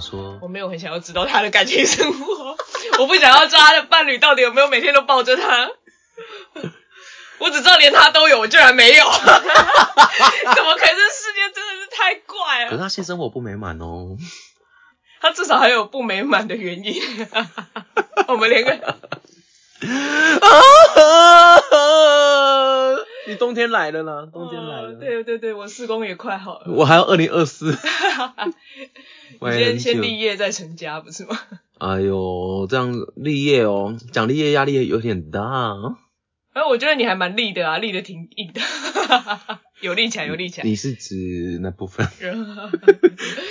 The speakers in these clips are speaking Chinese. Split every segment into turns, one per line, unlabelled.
说
我没有很想要知道他的感情生活，我不想要知道他的伴侣到底有没有每天都抱着他。我只知道连他都有，我居然没有， 怎么可能？这世界真的是太怪
可是
了。
他性生活不美满哦。
他至少还有不美满的原因。 我们连个
啊！ 你冬天来了啦，冬天来
哦
了。
对对对，我四公也快好了。
我还要二零二 四。 我
你
也很
先
久
先立业再成家，不是吗？
哎呦，这样立业哦，讲立业压力有点大。
然后哎我觉得你还蛮立的啊，立的挺硬的， 有立起来，有立起来。
你是指哪部 分？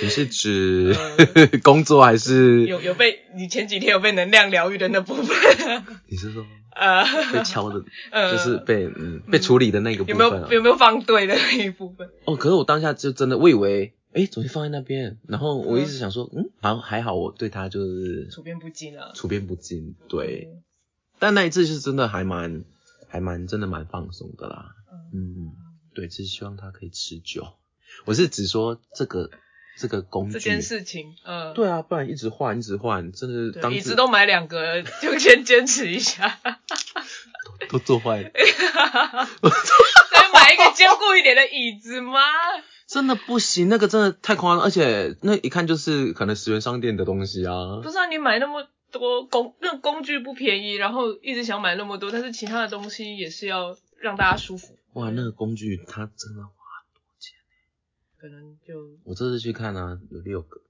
你是指
呃
工作还是？
有有被你前几天有被能量疗愈的那部分，
你是说
呃，
被敲的，
呃
就是被 嗯被处理的那个部
有
分
没
啊、
有有没有放对的那一部分？
哦，可是我当下就真的，我以为，哎，怎么会放在那边？然后我一直想说，嗯，好，还好我对他就是
处变不惊啊。嗯
处变不惊，对。但那一次是真的还蛮，还蛮真的蛮放松的啦。
嗯，
嗯，对，只是希望它可以持久。我是只说这个这个工具
这件事情，嗯，
对啊，不然一直换一直换，真的是
对，
当
椅
自
子都买两个，就先坚持一下，
都做坏了，
再买一个坚固一点的椅子吗？
真的不行，那个真的太夸张，而且那一看就是可能十元商店的东西啊
不。是啊，你买那么多工，那工具不便宜，然后一直想买那么多，但是其他的东西也是要让大家舒服，
哇，那个工具它真的，
可能就
我这次去看啊，有六个，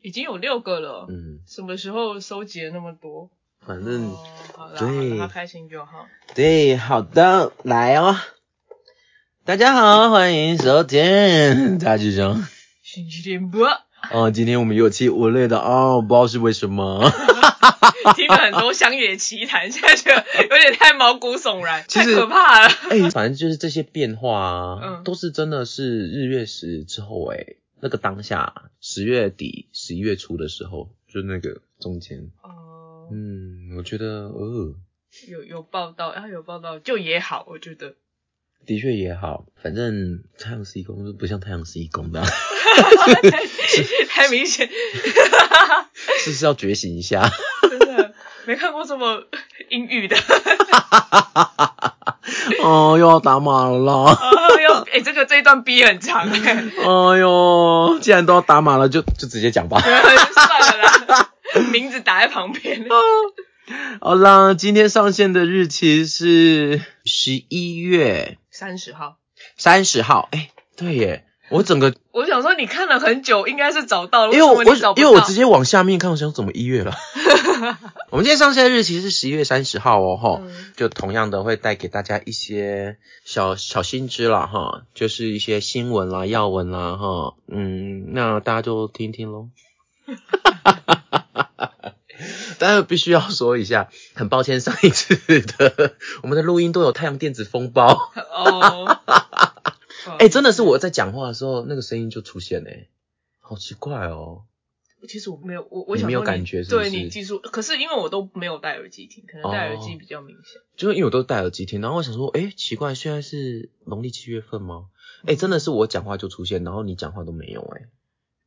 已经有六个了。
嗯，
什么时候收集了那么多？
反正、
哦、好啦，
对
好啦他开心就好。
对，好的，来哦。大家好，欢迎收听大剧场。
星期天不，
哦，今天我们有期无类的哦，不知道是为什么。
听了很多乡野奇谈，现在觉得有点太毛骨悚然，
其
太
实
可怕了。
哎、反正就是这些变化啊，
嗯
都是真的是日月食之后、哎，那个当下，十月底、十一月初的时候，就那个中间，
哦、
嗯，我觉得，呃，
有有报道，然后有报道就也好，我觉得。
的确也好，反正太阳是一宫，就不像太阳是一宫的、啊，
太明显，
是不是要觉醒一下？
真的没看过这么阴郁的。
哦，又要打码了啦！
哦，要 哎、这个这一段逼 很长哎、
哎呦，既然都要打码了，就 就直接讲吧。
算了啦，名字打在旁边。
哦好啦，今天上线的日期是十一月
三十号，
三十号。哎、对耶，我整个
我想说你看了很久，应该是找到了，
因为我
为什么你找不
因
到？
为我直接往下面看，我想怎么一月 了？我们今天上线的日期是十一月三十号哦，哈、
嗯
就同样的会带给大家一些小小新知啦，哈，就是一些新闻啦、要闻啦，哈，嗯，那大家就听听 喽。但是必须要说一下，很抱歉上一次的我们的录音都有太阳电子风暴，
哦，
哎、真的是我在讲话的时候那个声音就出现哎、好奇怪哦。
其实我没有，我我
你
想
没有
说
感觉是不是哦
对你技术，可是因为我都没有戴耳机听，可能戴耳机比较明显。
就是因为我都戴耳机听，然后我想说，哎，奇怪，现在是农历七月份吗？
嗯
哎，真的是我讲话就出现，然后你讲话都没有，哎，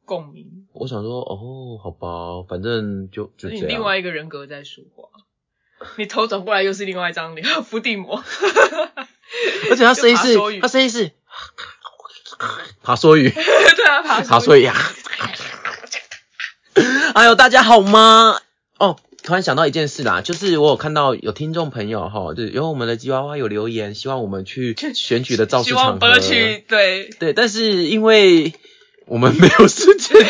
共鸣，
我想说，哦，好吧，反正就就
所
这
以你
样。
另外一个人格在说话，你头转过来又是另外一张脸， 伏地魔。
而且他声音
就爬梭
是，
语
他声音是爬梭语，
对啊，爬
爬 梭语啊！哎呦，大家好吗？哦，突然想到一件事啦，就是我有看到有听众朋友哈，就是因为我们的吉娃娃有留言，希望我们去选举的造势
希
场合
望不要去对。
对，但是因为我们没有时间去，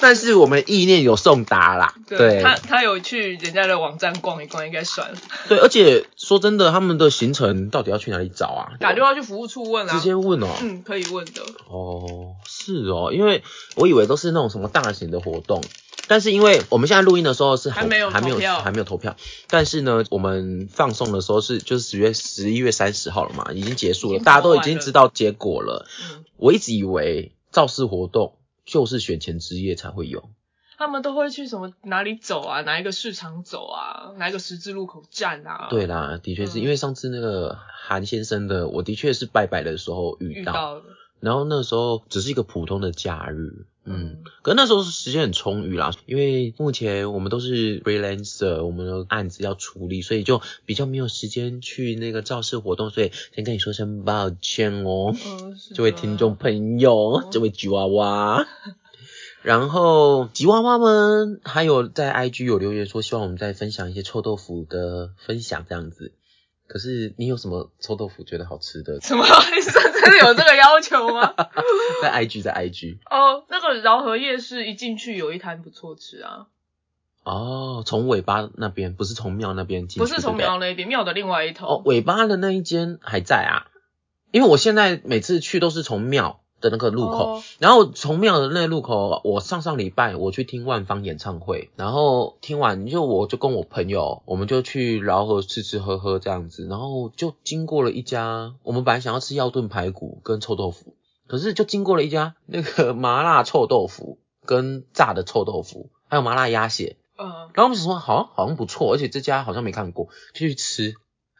但是我们意念有送达啦。对
他，他有去人家的网站逛一逛，应该算了。
对，而且说真的，他们的行程到底要去哪里找啊？
打电话去服务处问啊
直，接问哦。
嗯，可以问的。
哦，是哦，因为我以为都是那种什么大型的活动。但是因为我们现在录音的时候是
还没有
还没有
投票
还没有投票，但是呢，我们放送的时候是就是十月十一月三十号了嘛，已经结束
已
了，
经
大家都已
投完
经
了
知道结果了。
嗯，
我一直以为造势活动就是选前之夜才会有，
他们都会去什么哪里走啊，哪一个市场走啊，哪一个十字路口站啊。
对啦，的确是、
嗯
因为上次那个韩先生的，我的确是拜拜的时候遇
遇
到，
到了，
然后那时候只是一个普通的假日，嗯，可那时候是时间很充裕啦，因为目前我们都是 freelancer，我们的案子要处理，所以就比较没有时间去那个造势活动，所以先跟你说声抱歉哦，
嗯，是哦
这位
吗
听众朋友，这位吉娃娃。然后吉娃娃们还有在 IG 有留言说，希望我们再分享一些臭豆腐的分享这样子。可是你有什么臭豆腐觉得好吃的？
什么？ 你说真的有这个要求吗？
在 IG 在 IG
哦，那个饶河夜市一进去有一摊不错吃啊，
哦，从尾巴那边不是从庙那边进去，
不是从
对对
苗那边，庙的另外一头。
哦，尾巴的那一间还在啊，因为我现在每次去都是从庙的那个路口，
哦
然后从庙的那个路口，我上上礼拜我去听万芳演唱会，然后听完就我就跟我朋友，我们就去饶河吃吃喝喝这样子，然后就经过了一家，我们本来想要吃药炖排骨跟臭豆腐，可是就经过了一家那个麻辣臭豆腐跟炸的臭豆腐，还有麻辣鸭血，
嗯，
然后我们想说好像好像不错，而且这家好像没看过，就去吃。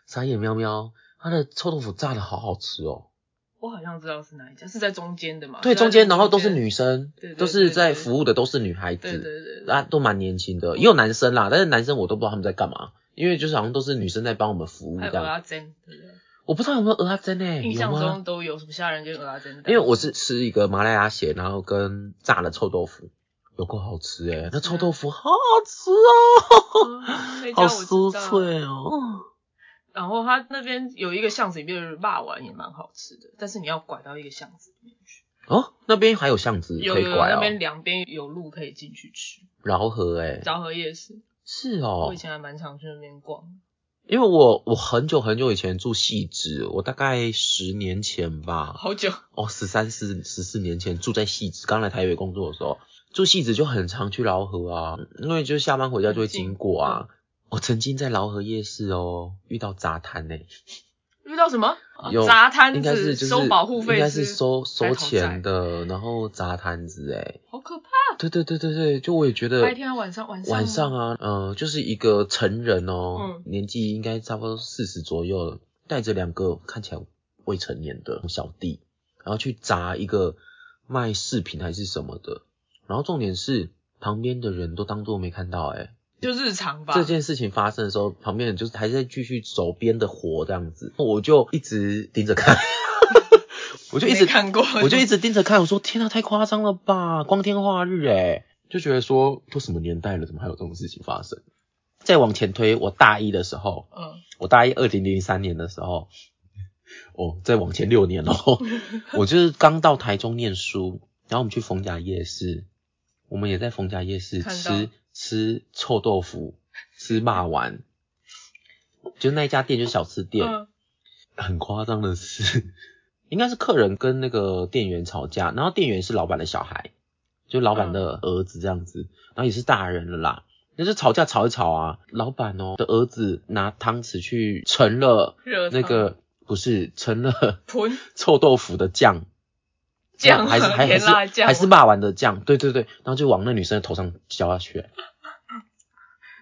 傻眼喵喵，它的臭豆腐炸的好好吃哦。
我好像知道是哪一家，是在中间的嘛？
对，
是在
中间然后都是，女生
哦对对，
都
对
是
对
在
对
服务的都是女孩
对对
子，
对对，
啊，都蛮年轻的，也有男生啦，但是男生我都不知道他们在干嘛，因为就是好像都是女生在帮我们服务
还有
这
鹅
样。
阿珍，对不对？
我不知道有没有鹅阿珍诶，
哎印
有
象
吗？
中都有什么虾仁跟鹅阿珍，哦
因为我是吃一个麻辣鸭血，然后跟炸的臭豆腐，有够好吃
啊
诶，那臭豆腐好好吃哦，
嗯
好酥。
那家我知道
脆哦。
然后它那边有一个巷子里面的霸丸也蛮好吃的，但是你要拐到一个巷子里面去，
哦，那边还有巷子
有
可以
有有
拐
那
哦，
边两边有路可以进去吃。
饶河诶，
饶河夜市，
是哦
我以，前还蛮常去那边逛。
因为我我很久很久以前住汐止，我大概十年前吧，
好久，
哦，十三四十四年前住在汐止，刚来台北工作的时候，住汐止就很常去饶河啊，因为就是下班回家就会经过啊。我曾经在饶河夜市哦遇到杂摊呢、
遇到什么啊
有
杂摊子
应该是就是
收保护费，
应该是收
还
收
讨债
钱，的，然后杂摊子哎、
好可怕！
对对对对对，就我也觉得
白天还晚上晚上
晚上
啊，
啊，嗯、就是一个成人哦
嗯，
年纪应该差不多四十左右了，带着两个看起来未成年的小弟，然后去砸一个卖饰品还是什么的，然后重点是旁边的人都当做没看到、欸，
就日常吧。
这件事情发生的时候，旁边人就是还在继续手边的活这样子，我就一直盯着看，我就一直
没看过，
我就一直盯着看，我说天啊，太夸张了吧，光天化日欸诶、就觉得说都什么年代了，怎么还有这种事情发生？再往前推，我大一的时候，
嗯，
我大一二零零三年的时候，哦，再往前六 年哦，我就是刚到台中念书，然后我们去逢甲夜市，我们也在逢甲夜市
看到
吃吃臭豆腐，吃骂丸，就那一家店就是小吃店，
嗯
很夸张的是， 应该是客人跟那个店员吵架，然后店员是老板的小孩，就老板的儿子这样子，然后也是大人了啦。那就吵架吵一吵啊，老板哦的儿子拿汤匙去盛了
热汤
那个不是盛了
盆
臭豆腐的酱
酱
还是还还
甜
是
辣酱
还是骂完的酱，对对对，然后就往那女生的头上浇下去，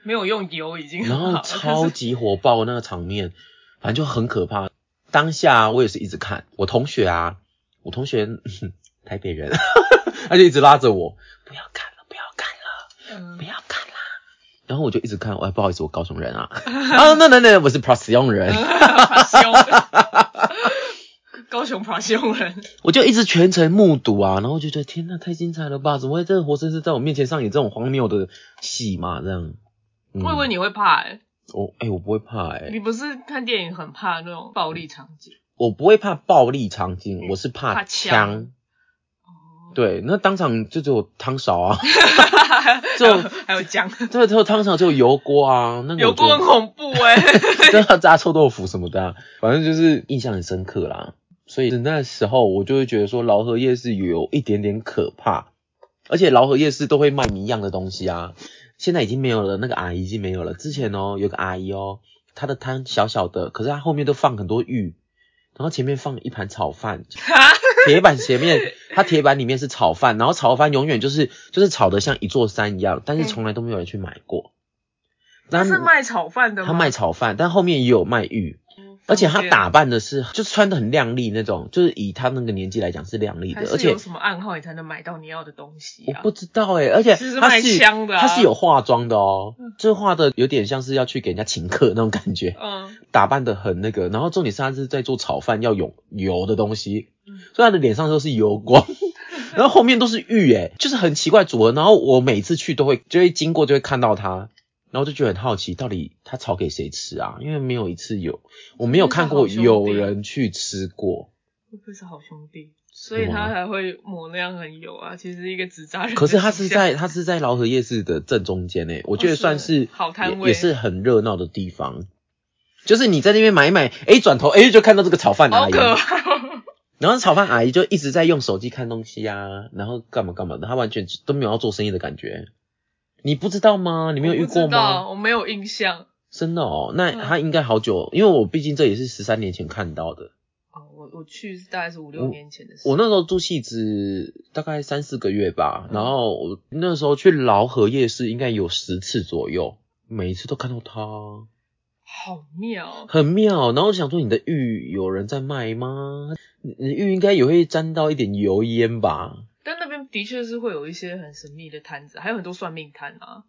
没有用油 已经很
然
好
后
了，
超级火爆那个场面，反正就很可怕。当下我也是一直看，我同学啊，我同学台北人， 他就一直拉着我，不要看了，不要看了，
但是嗯
不要看啦。然后我就一直看，哎，不好意思，我高雄人 啊，啊，那那那，我是 p r a s 用人，
爬凶，高雄爬凶人，
我就一直全程目睹啊，然后就觉得天呐，太精彩了吧，怎么会真的活生生在我面前上演这种荒谬的戏嘛？这样，嗯
我以为你会怕欸
我哎、我不会怕哎、
你不是看电影很怕那种暴力场景？
我不会怕暴力场景，我是怕
嗯怕
枪
枪。哦，
对，那当场就只有汤勺啊，
就 还有姜，
这只有汤勺，只有油锅啊，那个
油锅很恐怖哎，
跟他炸臭豆腐什么的啊、反正就是印象很深刻啦。所以那时候我就会觉得说，劳合夜市有一点点可怕，而且劳合夜市都会卖你一样的东西啊。现在已经没有了，那个阿姨已经没有了。之前哦，有个阿姨哦，她的摊小小的，可是她后面都放很多玉，然后前面放一盘炒饭，
哈
铁板前面，它铁板里面是炒饭，然后炒饭永远就是就是炒的像一座山一样，但是从来都没有人去买过。
嗯他是
但
卖炒饭的吗？哦
他卖炒饭，但后面也有卖玉，而且她
对
打扮的是，就是穿的很靓丽那种，就是以她那个年纪来讲是靓丽
还
的，而
是
且
有什么暗号你才能买到你要的东西
我
啊？
不知道哎、而且
其实
她
蛮
是
香的啊
她是有化妆的哦，这化的有点像是要去给人家请客那种感觉，
嗯，
打扮的很那个，然后重点是她是在做炒饭要有油的东西
嗯，
所以她的脸上都是油 光，然后后面都是玉哎、就是很奇怪组合，然后我每次去都会就会经过就会看到她。然后就觉得很好奇，到底她炒给谁吃啊？因为没有一次有，我没有看过
真的是好
有
兄弟
人去吃过。
会不会是好兄弟？所以他才会抹那样很油啊。其实一个纸扎人的形象，
可是它是 在它是在劳合夜市的正中间诶，我觉得算是、
哦是好摊
也
位
也是很热闹的地方。就是你在那边买一买，诶，转头哎诶就看到这个炒饭阿
好
姨，
可怕。哦
然后炒饭阿姨就一直在用手机看东西啊，然后干嘛干嘛的，她完全都没有要做生意的感觉。你不知道吗？你没有遇
我
过
不知
吗？
道？我没有印象。
真的哦，那
嗯
她应该好久，因为我毕竟这也是十三年前看到的。
哦，我我去大概是五六年前的事。
我那时候住戏子大概三四个月吧，
嗯
然后我那时候去劳河夜市应该有十次左右，每一次都看到他，
好妙，哦
很妙。然后我想说，你的玉有人在卖吗？你你玉应该也会沾到一点油烟吧？
但那边的确是会有一些很神秘的摊子，还有很多算命摊啊，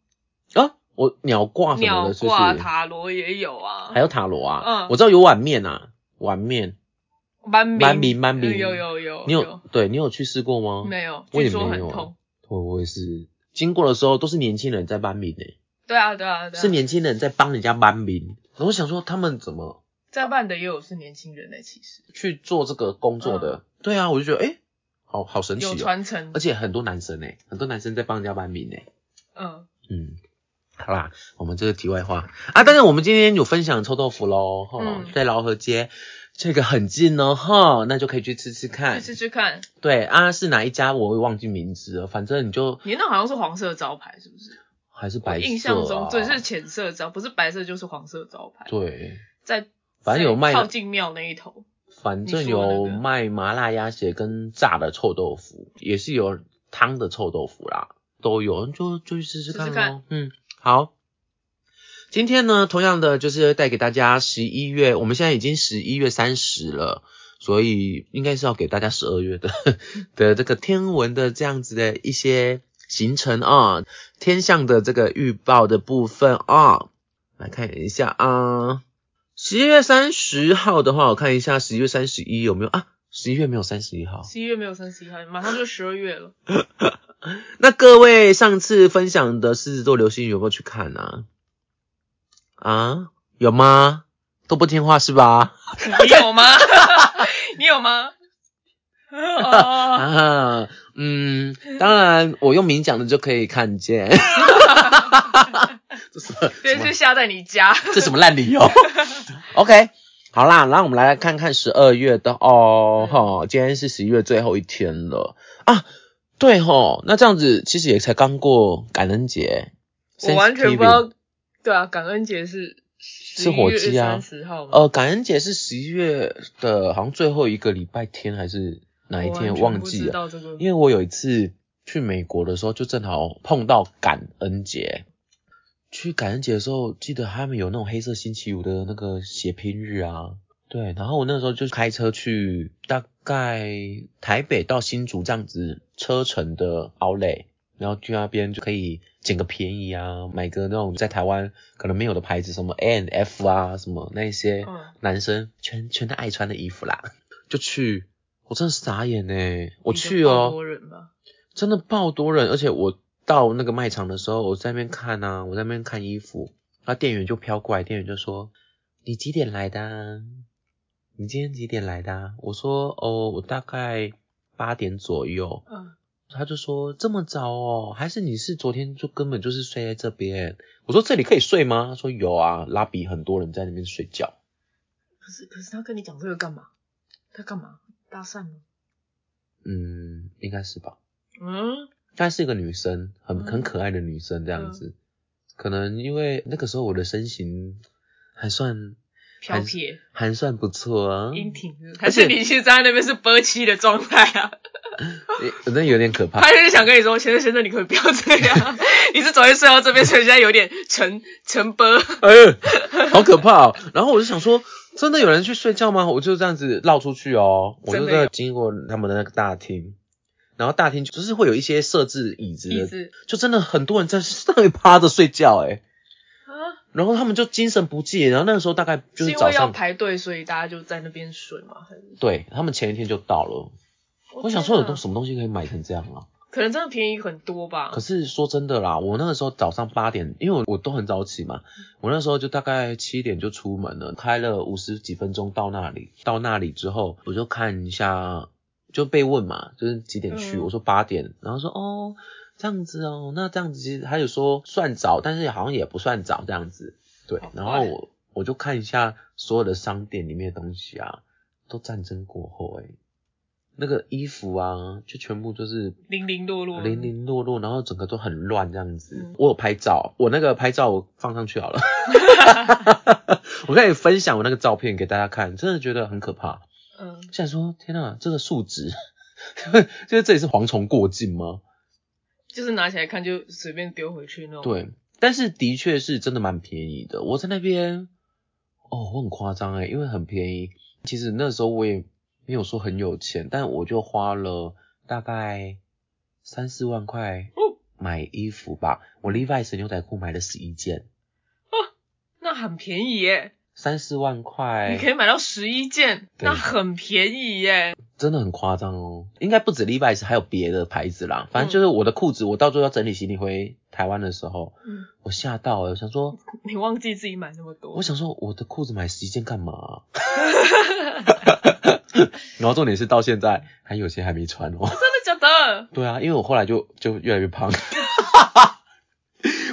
啊，我鸟挂什么
鸟
的，是不
挂、
是？
塔罗也有啊，
还有塔罗啊，
嗯
我知道有碗面啊，碗面，
蛮
蛮名蛮名
有有哦有，
你有对你有去试过吗？
没有？
我也
据说
没
很
有啊
痛。
我我也是经过的时候都是年轻人在搬名诶、
对啊对啊对啊，
是年轻人在帮人家搬名，然后我想说他们怎么
在办的也有是年轻人呢、欸其实
去做这个工作的？对啊，我就觉得诶，好好神奇
嗯有
哦，
传承
而，且很多男生诶，欸很多男生在帮人家搬欸名诶。
嗯，
嗯，好啦，我们这个题外话啊，但是我们今天有分享臭豆腐喽，哈、
嗯
在劳合街。这个很近哦，哈，那就可以去吃吃
去
看。
试试看。
对啊，是哪一家我也忘记名字了，反正你就
你那好像是黄色招牌，是不是？
还是
我
白色、啊。
印象中对是浅色招，不是白色就是黄色招牌，
对，
在
反正有
在
卖
靠近庙那一头。
反正
你说的啊
有
那个
卖麻辣鸭血跟炸的臭豆腐，也是有汤的臭豆腐啦，都有，就就去试试看
试试
咯。
看
嗯，好。今天呢，同样的就是带给大家十一月，我们现在已经十一月三十了，所以应该是要给大家十二月的的这个天文的这样子的一些行程啊，天象的这个预报的部分啊，来看一下啊。十一月三十号的话，我看一下十一月三十一有没有啊？十一月没有三十一号。
十一月没有三十一号，马上就十二月 了。
那各位上次分享的狮子座流星雨有没有去看啊？啊，有吗？都不听话是吧？
你有吗？ 你 有吗？哦，
啊，嗯，当然，我用明讲的就可以看见。这什么？
对，
什么
就下在你家。
这什么烂理由？OK，好啦，然后我们来看看十二月的
嗯
哦，哈，今天是十一月最后一天了啊，对吼，那这样子其实也才刚过感恩节，
我完全不知
Thanksgiving。
道。对啊，感恩节是
是火鸡啊
三十号吗？
呃，感恩节是十一月的，好像最后一个礼拜天还是哪一天
我完全
忘
不
记
知
了，
道这个
因为我有一次去美国的时候，就正好碰到感恩节。去感恩节的时候，记得他们有那种黑色星期五的那个血拼日啊，对。然后我那时候就开车去，大概台北到新竹这样子车程的 Outlet，然后去那边就可以捡个便宜啊，买个那种在台湾可能没有的牌子，什么 A and F 啊，什么那些
嗯
男生全全都爱穿的衣服啦，就去。我真的傻眼呢、我
一个
去
报
哦，
多人吧，
真的爆多人，而且我到那个卖场的时候，我在那边看啊，我在那边看衣服，然后店员就飘过来，店员就说：“你几点来的、啊？你今天几点来的、啊？”我说：“哦，我大概八点左右。
嗯，”
他就说：“这么早哦？还是你是昨天就根本就是睡在这边？”我说：“这里可以睡吗？”他说：“有啊，拉比很多人在那边睡觉。
可是可是他跟你讲这个干嘛？他干嘛搭讪吗？”
嗯，应该是吧。
嗯，
她是一个女生，很
嗯
很可爱的女生这样子。可能因为那个时候我的身形还算
飘撇、
还算不错啊，
阴挺，还是你现在那边是波妻的状态啊？
诶真的有点可 怕哎
他。就是想跟你说，先生先生，你可不可以不要这样， 你是昨天睡到这边，所以现在有点沉沉波。
哎呦，好可怕哦！然后我就想说，真的有人去睡觉吗？我就这样子绕出去哦，我就
真的
在
有
经过他们的那个大厅，然后大厅就是会有一些设置椅子
椅
的，
子
就真的很多人在上面趴着睡觉、诶
啊，
然后他们就精神不济，然后那个时候大概就是是
因
早
为要
上，
排队，所以大家就在那边睡嘛。还是
对他们前一天就到了。我想说有东，什么东西可以买成这样啊？
可能真的便宜很多吧
可。是说真的啦，我那个时候早上八点，因为我我都很早起嘛，我那时候就大概七点就出门了，开了五十几分钟到那里。到那里之后，我就看一下，就被问嘛，就是几点去？
嗯
我说八点，然后说哦这样子哦，那这样子其实还有说算早，但是好像也不算早这样子。对
好，快
然后我我就看一下所有的商店里面的东西啊，都战争过后诶、欸那个衣服啊，就全部就是
零零落落，
零零落落，然后整个都很乱这样子。
嗯
我有拍照，我那个拍照我放上去好 了，我可以分享我那个照片给大家看，真的觉得很可怕。
嗯，
现在说天呐，这个数值， 就是这里是蝗虫过境吗？
就是拿起来看就随便丢回去那种。，
对，但是的确是真的蛮便宜的。我在那边，哦，我很夸张哎，因为很便宜。其实那时候我也没有说很有钱，但我就花了大概三四万块
哦
买衣服吧。我 Levi's 牛仔裤买了十一件，
那很便宜耶，
三四万
你可
块，
以买到十一件，
哎对
那很便宜耶。
真的很夸张哦。应该不止 Levi's，还有别的牌子啦。
嗯
反正就是我的裤子，我到最后要整理行李回台湾的时候，
嗯，
我吓到了，我想说，
你忘记自己买那么多
我，想说，我的裤子买十一件干嘛、 然后重点是到现在还有些还没穿哦。
真的假的？
对啊，因为我后来就就越来越胖。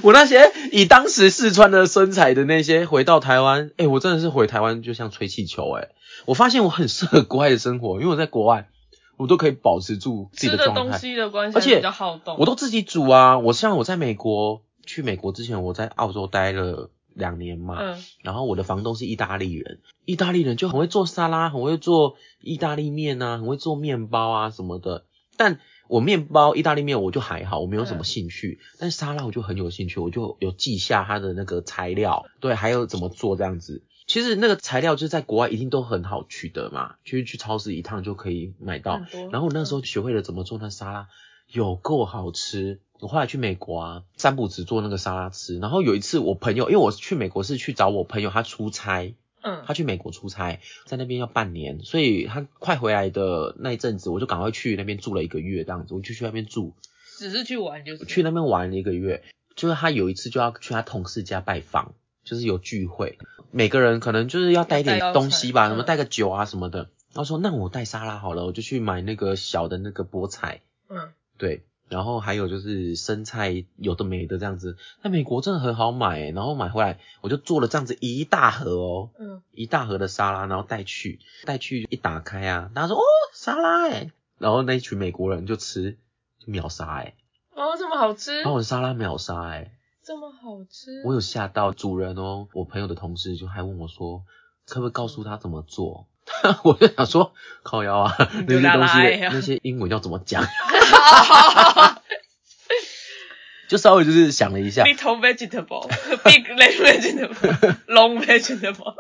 我那些以当时四川的身材的那些，回到台湾，哎、我真的是回台湾就像吹气球哎、我发现我很适合国外的生活，因为我在国外，我都可以保持住自己
吃
的
的
状
东
态。
西哦的关系
而且
比较好动。
我都自己煮啊，我像我在美国，去美国之前我在澳洲待了两年嘛，
嗯，
然后我的房东是意大利人，意大利人就很会做沙拉，很会做意大利面啊，很会做面包啊什么的。但我面包意大利面我就还好，我没有什么兴趣，但沙拉我就很有兴趣，我就有记下它的那个材料，对，还有怎么做这样子。其实那个材料就是在国外一定都很好取得嘛，去去超市一趟就可以买到。
很多
啊然后我那时候学会了怎么做那沙拉，有够好吃。我后来去美国啊，三不只做那个沙拉吃。然后有一次我朋友，因为我去美国是去找我朋友，他出差，
嗯，
他去美国出差，在那边要半年，所以他快回来的那一阵子，我就赶快去那边住了一个月，这样子，我就去那边住，
只是去玩就是
去那边玩了一个月。就是他有一次就要去他同事家拜访，就是有聚会，每个人可能就是要带一
带
点
到
东西吧，
菜
什么
嗯
带个酒啊什么的。他说：“那我带沙拉好了，我就去买那个小的那个菠菜。”
嗯，
对，然后还有就是生菜有的没的这样子，在美国真的很好买欸，然后买回来我就做了这样子一大盒哦，
嗯，
一大盒的沙拉，然后带去，带去一打开啊，大家说哦沙拉哎，然后那一群美国人就吃就秒杀哎，
哦，这么好吃
把，我的沙拉秒杀哎，
这么好吃，
我有吓到主人哦，我朋友的同事就还问我说，可不可以告诉他怎么做？ 我就想说，靠腰啊，那
你就
些
拉
东西
拉
的
呀
那些英文要怎么 讲？
好
就稍微就是想了一下，
little vegetable, big vegetable, long vegetable，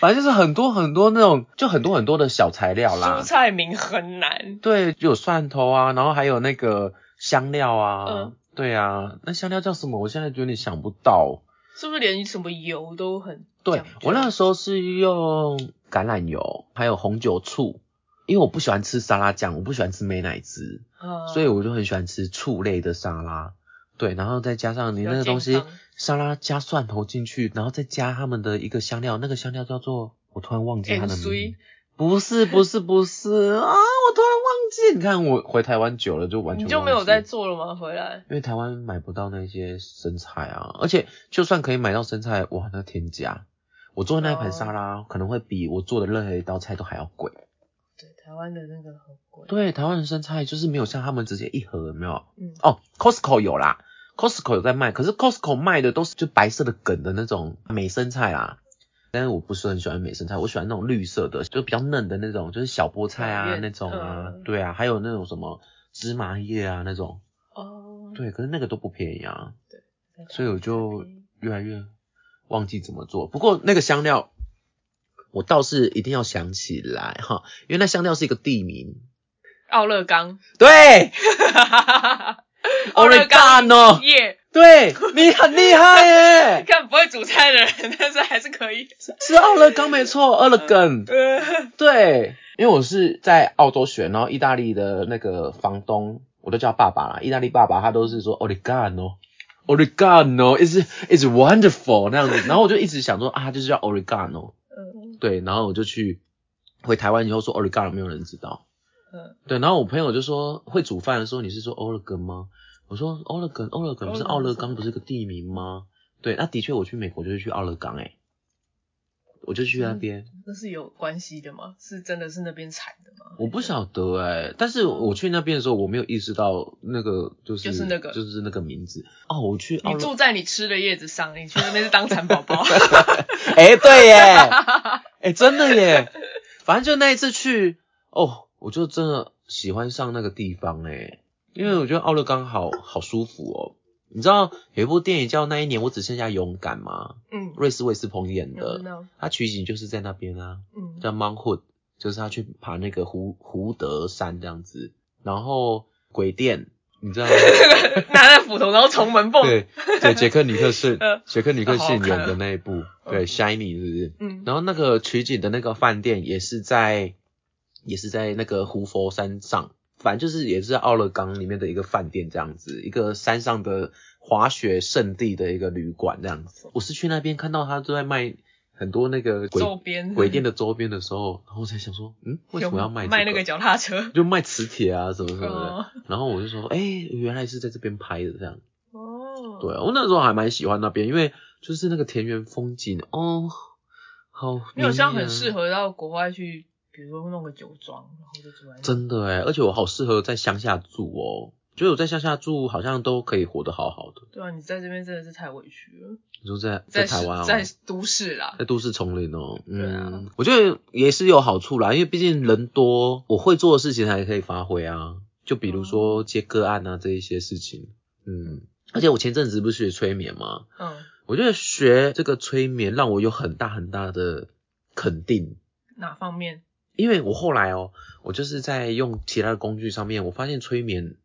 反正就是很多很多那种，就很多很多的小材料
蔬
啦。
菜名很难，
对，就有蒜头啊，然后还有那个香料啊。
嗯
对啊，那香料叫什么？我现在有点想不到。
是不是连什么油都很
对
讲究
我那时候是用橄榄油，还有红酒醋，因为我不喜欢吃沙拉酱，我不喜欢吃美乃滋，
嗯
所以我就很喜欢吃醋类的沙拉。对，然后再加上你那
比较
个东
健
西
康，
沙拉加蒜头进去，然后再加他们的一个香料，那个香料叫做我突然忘记它的
Ensui
名字。不是不是不是啊！我突然忘记，你看我回台湾久了就完全
你就
忘
没有
记
再做了吗？回来
因为台湾买不到那些生菜啊，而且就算可以买到生菜，哇，那天价！我做的那一盘沙拉、可能会比我做的任何一道菜都还要贵。
对台湾的那个很贵，
对，台湾的生菜就是没有像他们直接一盒，有没有？
嗯，
哦，Costco 有啦，Costco 有在卖，可是 Costco 卖的都是就白色的梗的那种美生菜啦，但是我不是很喜欢美生菜，我喜欢那种绿色的，就比较嫩的那种，就是小菠菜啊
圆
那种啊，
嗯
对啊，还有那种什么芝麻叶啊那种，
哦，
对，可是那个都不便宜啊，
对
所以我就越来越忘记怎么做。不过那个香料，我倒是一定要想起来哈，因为那香料是一个地名，
奥勒冈，
对
奥勒冈
，Oregano，
耶，
对你很厉害耶。
看不会煮菜的人， 但是还是可以。
是奥勒冈没错，奥勒冈。
呃，
对，因为我是在澳洲学，然后意大利的那个房东，我都叫他爸爸啦。意大利爸爸他都是说 oregano。Oregano is is wonderful 那样子，然后我就一直想说啊，就是叫 Oregano，
嗯
对，然后我就去回台湾以后说 Oregano 没有人知道，
嗯，
对，然后我朋友就说会煮饭的时候你是说 Oregon 吗？我说 Oregon Oregon 不是
Oregon
奥勒冈不是个地名吗？对，那的确我去美国就是去奥勒冈诶、欸我就去那
嗯
边，
那是有关系的吗？是真的是那边产的吗？
我不晓得哎、但是我去那边的时候，我没有意识到那个就是
就是那个
就是那个名字哦。我去奥
你
勒
住在你吃的叶子上，你去那边是当蚕 宝宝。
哎、对耶， 哎、真的耶，反正就那一次去哦，我就真的喜欢上那个地方哎，因为我觉得奥勒冈好好舒服哦。你知道有一部电影叫《那一年我只剩下勇敢》吗？
嗯，
瑞斯·威斯彭演的，
有呢，
他取景就是在那边啊。
嗯，
叫 Mount Hood，就是他去爬那个胡胡德山这样子，然后鬼店，你 知道吗？
拿着斧头然后从门缝，
对对，杰克尼克逊
呃，
杰克尼克逊
好好
演
看
的
哦
那一部，
嗯
对，Shiny 是不是？
嗯，
然后那个取景的那个饭店也是在，也是在那个胡佛山上，反正就是也是在奥勒冈里面的一个饭店这样子，一个山上的滑雪圣地的一个旅馆这样子。我是去那边看到他都在卖很多那个鬼
周边
鬼 店的周边的时候，然后我才想说，嗯，为什么要卖、
卖
这
那个脚踏车？
就卖磁铁啊，什么什么的。
哦
然后我就说，哎、原来是在这边拍的这样。
哦，
对，啊我那时候还蛮喜欢那边，因为就是那个田园风景哦，好、
你好像很
合。
适合到国外去，比如说弄个酒庄，然后就住在那。
真的哎，而且我好适合在乡下住哦，觉得我在乡下住好像都可以活得好好的。
对啊，你在这边真的是太委屈了，
你说在
在
台湾哦，
市在都市啦，
在都市丛林哦，
对啊
嗯，我觉得也是有好处啦，因为毕竟人多，我会做的事情还可以发挥啊，就比如
嗯
说接个案啊这一些事情，嗯，而且我前阵子不是学催眠吗？
嗯，
我觉得学这个催眠让我有很大很大的肯定，
哪方面？
因为我后来哦，我就是在用其他的工具上面，我发现催眠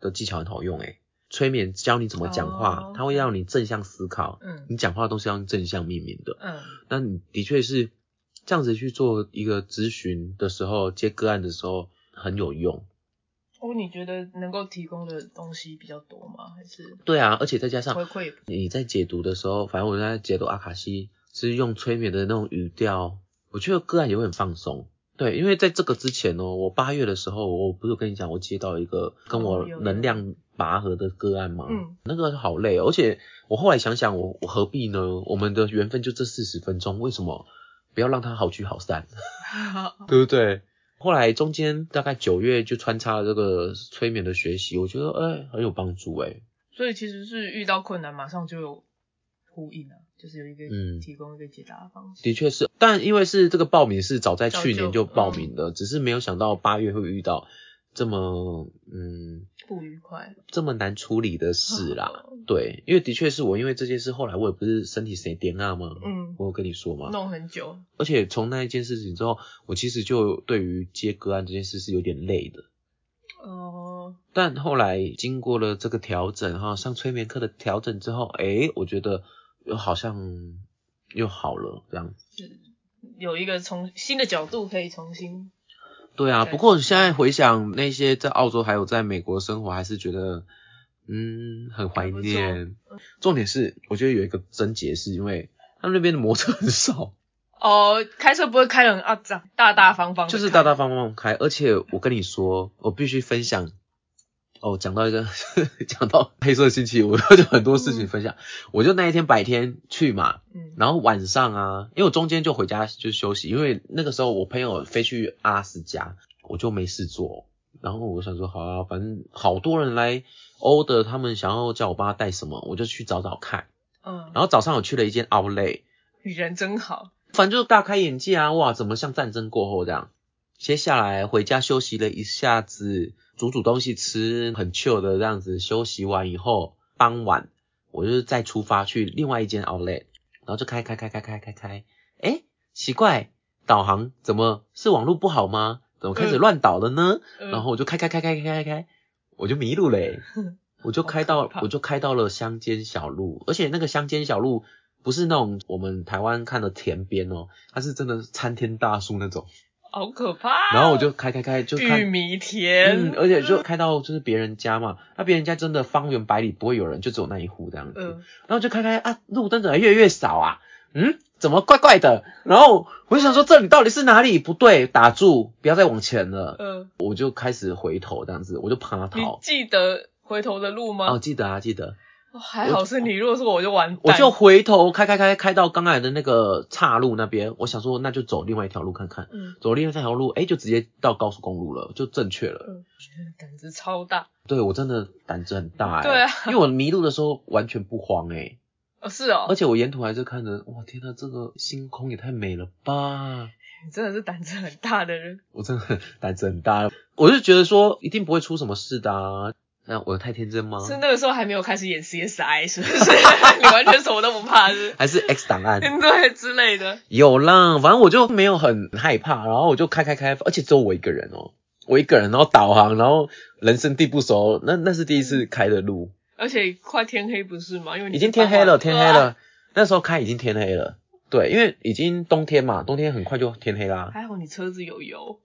的技巧很好用诶。催眠教你怎么讲话
哦，
它会让你正向思考，
嗯
你讲话都是要用正向命名的。
嗯
那你的确是这样子去做一个咨询的时候，接个案的时候很有用。
哦，你觉得能够提供的东西比较多吗？还是
对啊，而且再加上
回馈也不？
你在解读的时候，反正我在解读阿卡西是用催眠的那种语调，我觉得个案也会很放松。对，因为在这个之前哦，我八月的时候，我不是有跟你讲，我接到一个跟我
哦有有
能量拔河的个案吗？
嗯，
那个好累哦，而且我后来想想我，我何必呢？我们的缘分就这四十分钟，为什么不要让它好聚好散？
哦
对不对？后来中间大概九月就穿插了这个催眠的学习，我觉得哎、很有帮助哎、
所以其实是遇到困难马上就有呼应啊，就是有一个
嗯
提供一个解答的方式。
的确是，但因为是这个报名是早在去年
早就嗯
就报名的，只是没有想到八月会遇到这么嗯
不愉快
这么难处理的事啦。
哦
对，因为的确是我因为这件事，后来我也不是身体谁点啊吗？
嗯
我有跟你说嘛。
弄很久，
而且从那一件事情之后，我其实就对于接个案这件事是有点累的。
哦、
但后来经过了这个调整哈，上催眠课的调整之后，诶，我觉得又好像又好了这样子
有一个从新的角度可以重新
对啊，
对
不过现在回想那些在澳洲还有在美国生活，还是觉得嗯很怀念。重点是，我觉得有一个症结，是因为他们那边的摩托车很少，
哦、开车不会开得很肮脏，大大方方地
就是
开
大大方方开。而且我跟你说，我必须分享。哦，讲到一个， 讲到黑色星期五，我就很多事情分享。我就那一天白天去嘛，
嗯
然后晚上啊，因为我中间就回家就休息，因为那个时候我朋友飞去阿拉斯加，我就没事做。然后我想说，好啊，反正好多人来 order，他们想要叫我帮他带什么，我就去找找看。
嗯，
然后早上我去了一间 Outlet，
你人真好，
反正就大开眼界啊！哇，怎么像战争过后这样？接下来回家休息了一下子，煮煮东西吃，很 chill 的这样子。休息完以后，傍晚我就再出发去另外一间 outlet，然后就开开开开开开开，哎，奇怪，导航怎么是网络不好吗？怎么开始
嗯
乱导了呢？
嗯
然后我就开开开开开开开，我就迷路 嘞、我就开
好
到
可怕
我就开到了乡间小路，而且那个乡间小路不是那种我们台湾看的田边哦，它是真的参天大树那种。
好可怕。哦
然后我就开开开就
玉
看，
米田，
嗯，而且就开到就是别人家嘛，那别人家真的方圆百里不会有人，就只有那一户这样子。
嗯，
然后就开开啊，路灯怎么越来越少啊？嗯，怎么怪怪的？然后我就想说这里到底是哪里不对？打住，不要再往前了。
嗯，
我就开始回头这样子，我就爬
你
逃。
记得回头的路吗？
哦，记得啊，记得。
哦还好是你，如果是我，我就完蛋。
我就回头开开开开到刚才的那个岔路那边，我想说那就走另外一条路看看，
嗯，
走另外一条路，哎、就直接到高速公路了，就正确
嗯
了。
胆子超大。
对我真的胆子很大哎、
对啊
因为我迷路的时候完全不慌哎、
哦，是哦
而，且我沿途还在看着，哇天呐，这个星空也太美了吧！
你真的是胆子很大的人。
我真的很胆子很大， 我就觉得说一定不会出什么事的啊。那我太天真吗？
是那个时候还没有开始演 CSI，是不是？ 你完全什么都不怕，是不是？
还是 X 档 案？
对之类的。
有啦，反正我就没有很害怕，然后我就开开开，而且只有我一个人哦，我一个人，然后导航，然后人生地不熟，那那是第一次开的路，
而且快天黑不是吗？因为你啊
已经天黑了，
是
天
傍
黑
晚
了，，那时候开已经天黑了，对，因为已经冬天嘛，冬天很快就天黑啦。
还好你车子有油。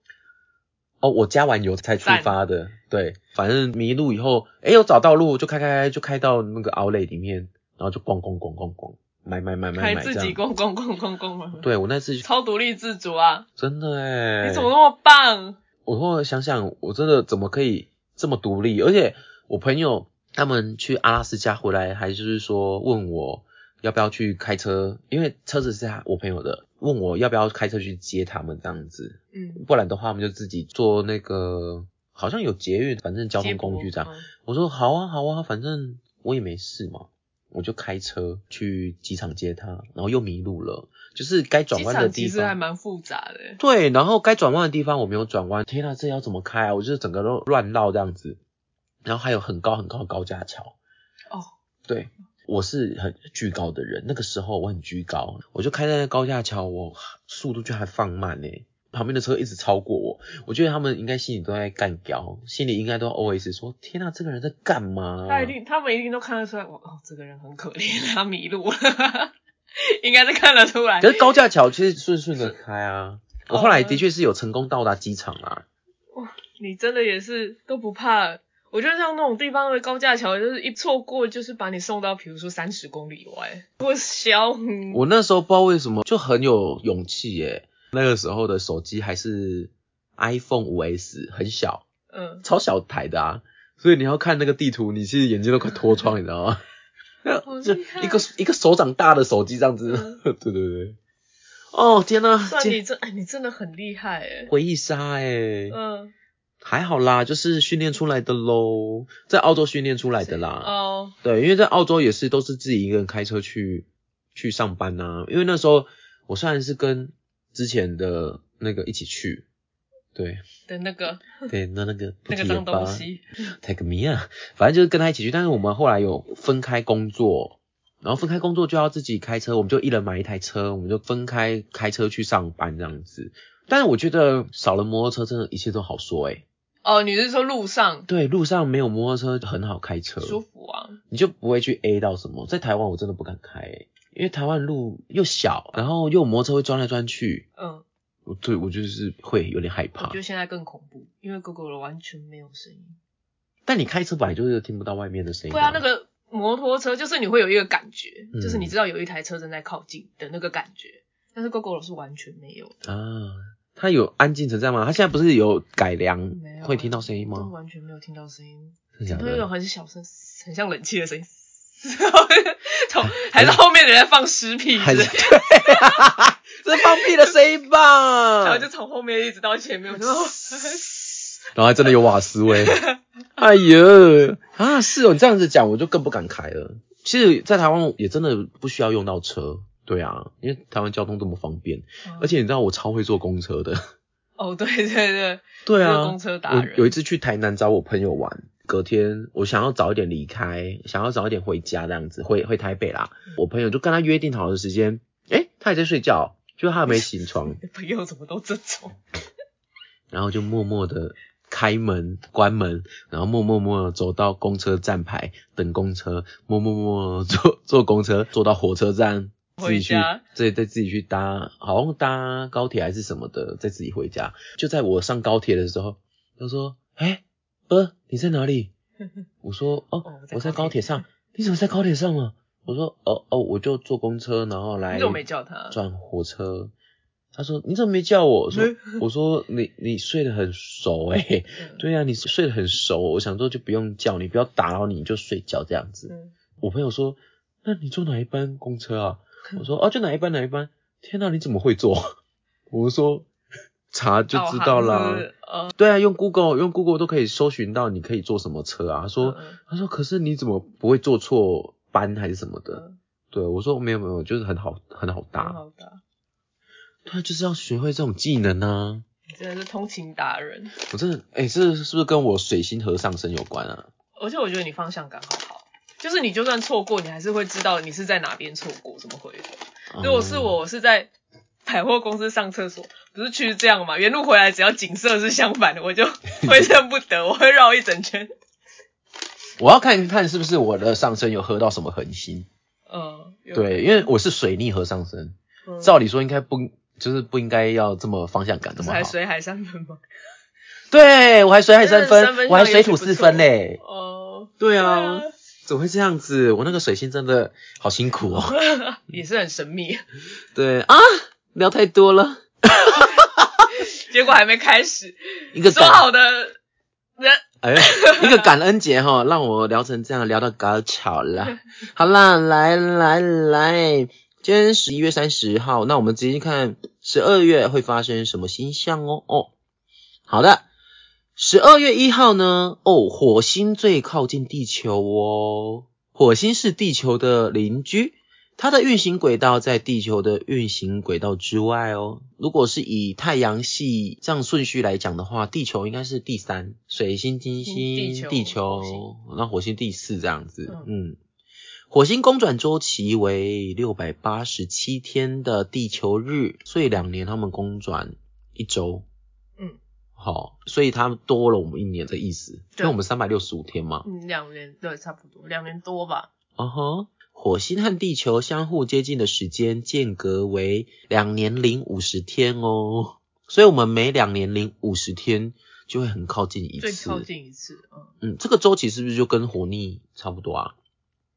哦，我加完油才出发的，对，反正迷路以后，诶，有找到路就开开开，就开到那个 outlet 里面，然后就逛逛逛逛逛，买买买买
还
买这
自己
样。
逛逛逛逛逛吗？
对我那次
超独立自主啊！
真的哎诶，
你怎么那么棒？
我后来想想，我真的怎么可以这么独立？而且我朋友他们去阿拉斯加回来，还就是说问我要不要去开车，因为车子是他我朋友的，问我要不要开车去接他们这样子，
嗯，
不然的话我们就自己坐那个好像有捷运，反正交通工具这样。
接驳。嗯
我说好啊好啊，反正我也没事嘛。我就开车去机场接他，然后又迷路了，就是该转
机
弯的
场
地
其
方。
实还蛮复杂的。
对，然后该转弯的地方我没有转弯，天啊，这要怎么开啊？我就是整个都乱绕这样子，然后还有很高很高的高架桥。
哦，
对，我是很巨高的人，那个时候我很巨高，我就开在那高架桥，我速度就还放慢呢、旁边的车一直超过我，我觉得他们应该心里都在干掉，心里应该都 always 说：天啊，这个人在干嘛？
他一定，他们一定都看得出来，哇哦，这个人很可怜，他迷路了， 应该是看得出来。
可是高架桥其实顺顺的开啊。我后来
哦
的确是有成功到达机场啊啦、
你真的也是都不怕。我觉得像那种地方的高架桥，就是一错过就是把你送到，比如说三十公里以外。我小，嗯
我那时候不知道为什么就很有勇气耶。那个时候的手机还是 iPhone 五 S，很小，
嗯，
超小台的啊，所以你要看那个地图，你其实眼睛都快脱窗，你知道吗？
好
就
厉害哦嗯
一个一个手掌大的手机这样子， 对对对。哦天呐、
算
这
你真，哎，你真的很厉害哎。
回忆杀哎、
嗯，
还好啦，就是训练出来的喽，在澳洲训练出来的啦。
哦，
对，因为在澳洲也是都是自己一个人开车去去上班呐、因为那时候我虽然是跟之前的那个一起去， 对
的那个
对，那那个不
那个
提也
脏
罢
东西，
，take me 啊，反正就是跟他一起去，但是我们后来有分开工作，然后分开工作就要自己开车，我们就一人买一台车，我们就分开开车去上班这样子。但是我觉得少了摩托车，真的一切都好说诶、
哦，你是说路上
对，路上没有摩托车很好开车，
舒服啊？
你就不会去 A 到什么。在台湾我真的不敢开、欸，因为台湾路又小，然后又有摩托车会钻来钻去，
嗯，
我对我就是会有点害
我
怕
觉得。现在更恐怖，因为 GoGo 完全没有声音。
但你开车本来就是听不到外面的声音、
对啊，那个摩托车就是你会有一个感觉，
嗯
就是你知道有一台车正在靠近的那个感觉，但是 GoGo 是完全没有的，
啊，它有安静成这样吗？它现在不是有改良
没有，啊
会听到声音
都
吗？
完全没有听到声音，
真的假
都有一种
的？
很小声，很像冷气的声音。 从还是后面的人在放尸屁之
还
类
是
的，
对，这是放屁的声音吧？
然后就从后面一直到前 面，然哦后
然后还真的有瓦斯 味。哎呦，啊，是哦，你这样子讲，我就更不敢开了。其实，在台湾也真的不需要用到车，对啊，因为台湾交通这么方便，而且你知道我超会坐公车的。
哦，对 对对，
对
坐
啊，
公车达
我
人
有一次去台南找我朋友玩，隔天我想要早一点离开，想要早一点回家这样子，回回台北啦。我朋友就跟他约定好的时间，诶，他还在睡觉，就他还没醒床，
你朋友怎么都这种？
然后就默默的开门、关门，然后默默默地走到公车站牌等公车，默默默地坐坐公车坐到火车站。自己去
回家，
对，再自己去搭，好像搭高铁还是什么的，再自己回家。就在我上高铁的时候，他说：“哎、呃，你在哪里？”我说：“哦，
哦
我
我
在
在
高
高
铁
铁
上。”你怎么在高铁上啊？我说：“哦哦，我就坐公车，然后来
你怎么没叫他？
转火车。他说：“你怎么没叫我？”我说
嗯：“
我说你你睡得很熟诶、 欸
嗯
对啊，你睡得很熟。我想说就不用叫你，不要打扰你，你就睡觉这样子。
嗯
我朋友说：“那你坐哪一班公车啊？”我 说：“哦，就哪一班哪一班。”天哪、啊你怎么会坐？ 我说：“查就知道啦。
导航是不是哦
对啊，用 Google 用 Google 都可以搜寻到你可以坐什么车啊。他说、
嗯
他说可是你怎么不会坐错班还是什么的？
嗯哦
对我说没有没有，就是很好很好搭。
很好打，
对，啊就是要学会这种技能啊！
你真的是通勤达人。
我真的，哎、这是不是跟我水星和上升有关啊？
而且我觉得你方向感好好，就是你就算错过，你还是会知道你是在哪边错过，怎么回头。如果是
哦嗯
我，我是在百货公司上厕所，不是去这样嘛？原路回来，只要景色是相反的，我就 会认不得，我会绕一整圈。
嗯，我要看看是不是我的上升有合到什么恒星。
嗯，有
对，因为我是水逆和上升，
嗯
照理说应该不，就是不应该要这么方向感这
不是
么
还
好。
水海三分吗？
对，我还水海
真的
三分，
三分
我还
像
水
也许
土
不
四
错
分嘞。
哦、
对啊，
对
怎么会这样子？我那个水星真的好辛苦哦。
啊，也是很神秘，
对啊，聊太多了，
结果还没开始，
一个
说
感
好的人
哎，一个感恩节哈，让我聊成这样，聊到高潮了。好啦，来来来，今天十一月三十号，那我们直接看十二月会发生什么星象哦哦。好的，十二月一号呢，哦，火星最靠近地球哦，火星是地球的邻居。它的运行轨道在地球的运行轨道之外哦。如果是以太阳系这样顺序来讲的话，地球应该是第三，水星、金星、
嗯地球
地
火
球
星，
那火星第四这样子。嗯
嗯，
火星公转周期为六百八十七天的地球日，所以两年他们公转一周。
嗯，
好，所以它多了我们一年的意思，因
对
为我们三百六十五天嘛。
嗯两年对差不多两年多吧，
哦吼，火星和地球相互接近的时间间隔为两年零五十天哦，所以我们每两年零五十天就会很靠近一次。
最靠近一次，嗯，
嗯，这个周期是不是就跟火逆差不多啊？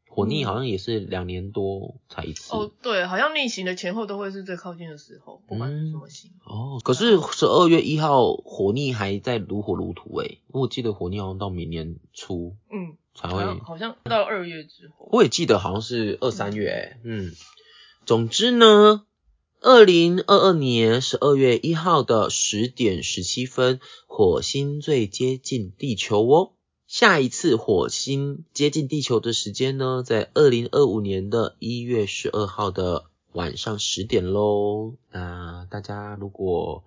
火逆
嗯
好像也是两年多才一次。
哦对，好像逆行的前后都会是最靠近的时候，不管是什么星，
哦，可是十二月一号火逆还在如火如荼诶、因为我记得火逆好像到明年初
嗯，
才
好
会
像好像到二月之后，
我也记得好像是二三月、欸，嗯，总之呢，二零二二年十二月一号的十点十七分，火星最接近地球哦。下一次火星接近地球的时间呢，在二零二五年的一月十二号的晚上十点喽。那大家如果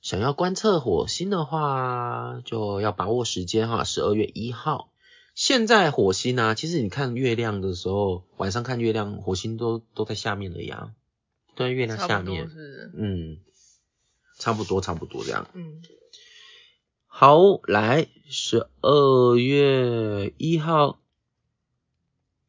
想要观测火星的话，就要把握时间哈，十二月一号。现在火星啊，其实你看月亮的时候，晚上看月亮，火星都都在下面了呀，都在月亮
差
下
不多
面，
是，
嗯，差不多差不多这样。
嗯，
好，来十二月一号，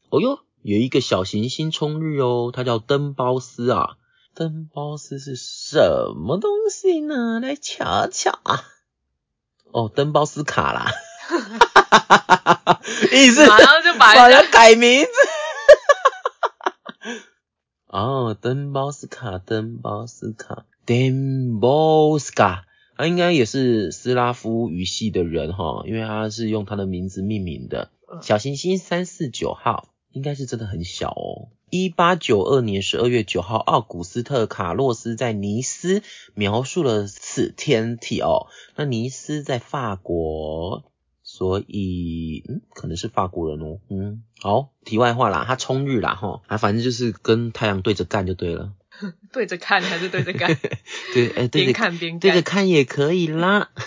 哦哟，有一个小行星冲日哦，它叫登包斯啊。登包斯是什么东西呢？来瞧瞧啊。哦，登包斯卡啦，你是
马上就把
把
人
人
家
改名字。 哦，登包斯卡，登包斯卡，登包斯卡，他应该也是斯拉夫语系的人哈，因为他是用他的名字命名的。
嗯
小行星三四九号应该是真的很小哦。一八九二年十二月九号，奥古斯特·卡洛斯在尼斯描述了此天体哦。那尼斯在法国，所以嗯，可能是法国人哦，嗯，好，题外话啦，他冲日啦哈，啊，反正就是跟太阳对着干就对了，
对着看还是对着干？
对，哎、对着
边看边
对着
干。
看也可以啦。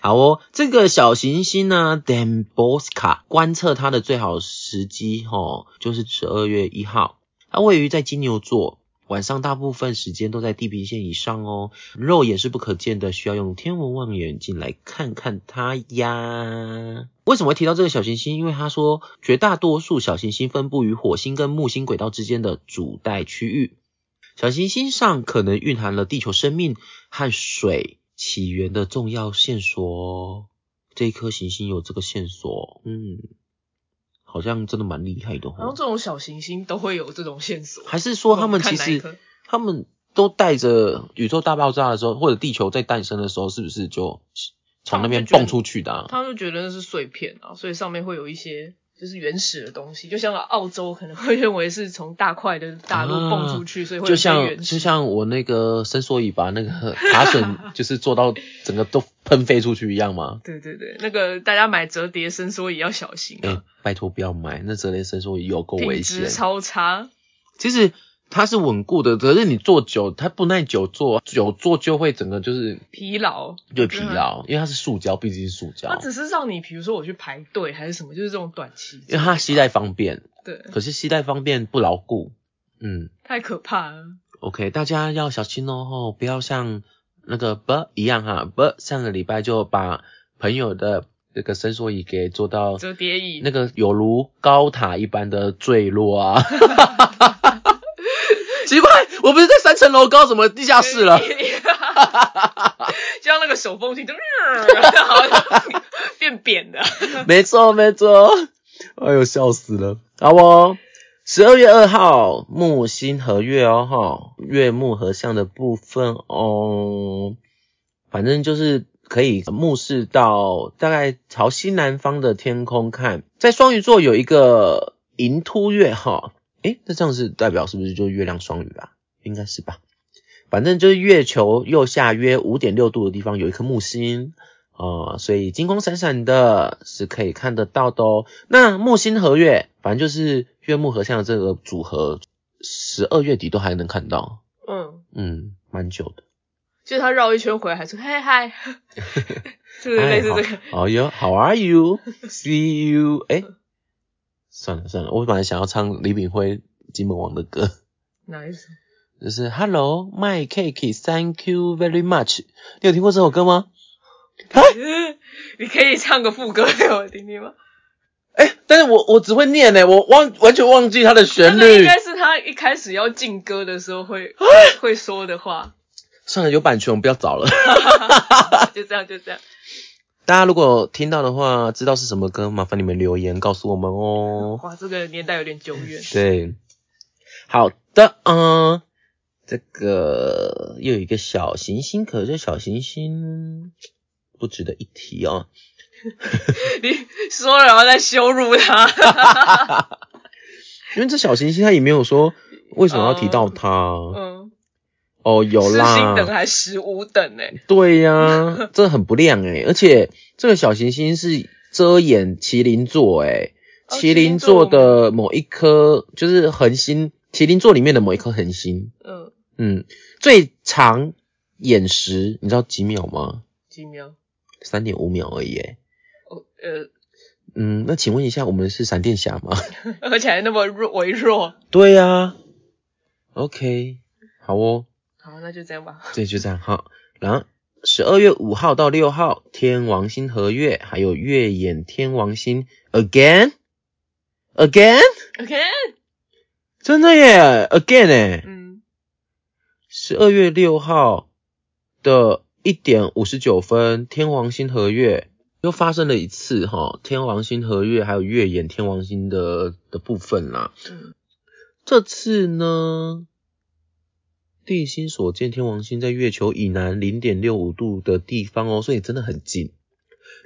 好哦，这个小行星呢 d a m b o s k a 观测它的最好时机哦，就是十二月一号。它位于在金牛座，晚上大部分时间都在地平线以上哦，肉眼是不可见的，需要用天文望远镜来看看它呀。为什么会提到这个小行星？因为他说绝大多数小行星分布于火星跟木星轨道之间的主带区域。小行星上可能蕴含了地球生命和水起源的重要线索哦。这一颗行星有这个线索，嗯，好像真的蛮厉害的
然后
哦。
这种小行星都会有这种线索。
还是说他们其
哦看哪一
实
颗
他们都带着宇宙大爆炸的时候，或者地球在诞生的时候，是不是就从那边
他
蹦
们就觉得
出去的、啊？
他们就觉得那是碎片啊，所以上面会有一些就是原始的东西，就像澳洲可能会认为是从大块的大陆蹦出去，所以会有
啊就
一些
像
原
就
始。
像我那个伸缩椅把那个卡榫就是做到整个都喷飞出去一样 嘛。
对对对，那个大家买折叠伸缩椅要小心
哎、
啊，
拜托不要买，那折叠伸缩椅有够危
品
险
质。超差。
其实它是稳固的，可是你坐久，它不耐久坐，久坐就会整个就是
疲劳，
对疲劳，因为它是塑胶，毕竟是塑
嗯它
胶，
只是让你，比如说我去排队还是什么，就是这种短期之
因为它携带方便，
对，
可是携带方便不牢固。嗯
太可怕了。
，OK，大家要小心哦，吼不要像那个 b 一样哈，b 上个礼拜就把朋友的那个伸缩椅给做到
折叠椅，
哦那个有如高塔一般的坠落啊。 奇怪，我不是在三层楼高，怎么地下室 了？
就像那个手风琴，就然后变 扁的。
没错，没错。哎呦，笑死了。好哦，十二月二号木星合月哦，哈，月木合相的部分哦，反正就是可以目视到大概朝西南方的天空看，在双鱼座有一个银突月哈，诶，那这样是代表是不是就月亮双鱼啊？应该是吧。反正就是月球右下约五点六度的地方有一颗木星，哦，所以金光闪闪的是可以看得到的哦。那木星合月，反正就是月木合相的这个组合，十二月底都还能看到，
嗯，
嗯，蛮久的。
就是他绕一圈回来，还说 嗨嗨，是不是类似这个？
哎好哦哟，How are you? See you？哎、算了算了，我本来想要唱李炳辉《金门王》的歌，
哪一首？
就是 Hello, my cake, thank you very much。你有听过这首歌吗？
你可以唱个副歌给我听听吗？
哎、但是我我只会念呢、我忘完全忘记它的旋
那应
律。
该是他一开始要进歌的时 候会会说的话，
算了，有版权，我们不要找了。
就这样就这样。
大家如果听到的话，知道是什么歌，麻烦你们留言告诉我们哦。
哇，这个年代有点久远。
对，好的，嗯，这个又有一个小行星，可是小行星不值得一提哦。
你说了然后再羞 辱他，
因为这小行星它也没有说为什么要提到它
嗯，
哦，有
是星等
啦，
还十五等欸呢、
对呀、这很不亮诶、而且这个小行星是遮掩麒麟座诶、
哦
麒麟座的某一颗就是恒星，麒麟座里面的某一颗恒星，
嗯，
嗯，最长眼时你知道几秒吗？
几秒？
三点五秒而已耶。
哦，呃，
嗯，那请问一下，我们是闪电侠吗？
而且还那么弱微弱。
对呀、OK，好哦，
好，那就这样吧。
对，就这样哈。然后十二月五号到六号，天王星合月，还有月掩天王星，again，again，
OK，
真的耶，again 哎。
嗯，
十二月六号的一点五十九分，天王星合月又发生了一次哈，天王星合月还有月掩天王星的的部分啦。
嗯
这次呢，地心所见天王星在月球以南零点六五度的地方哦，所以真的很近。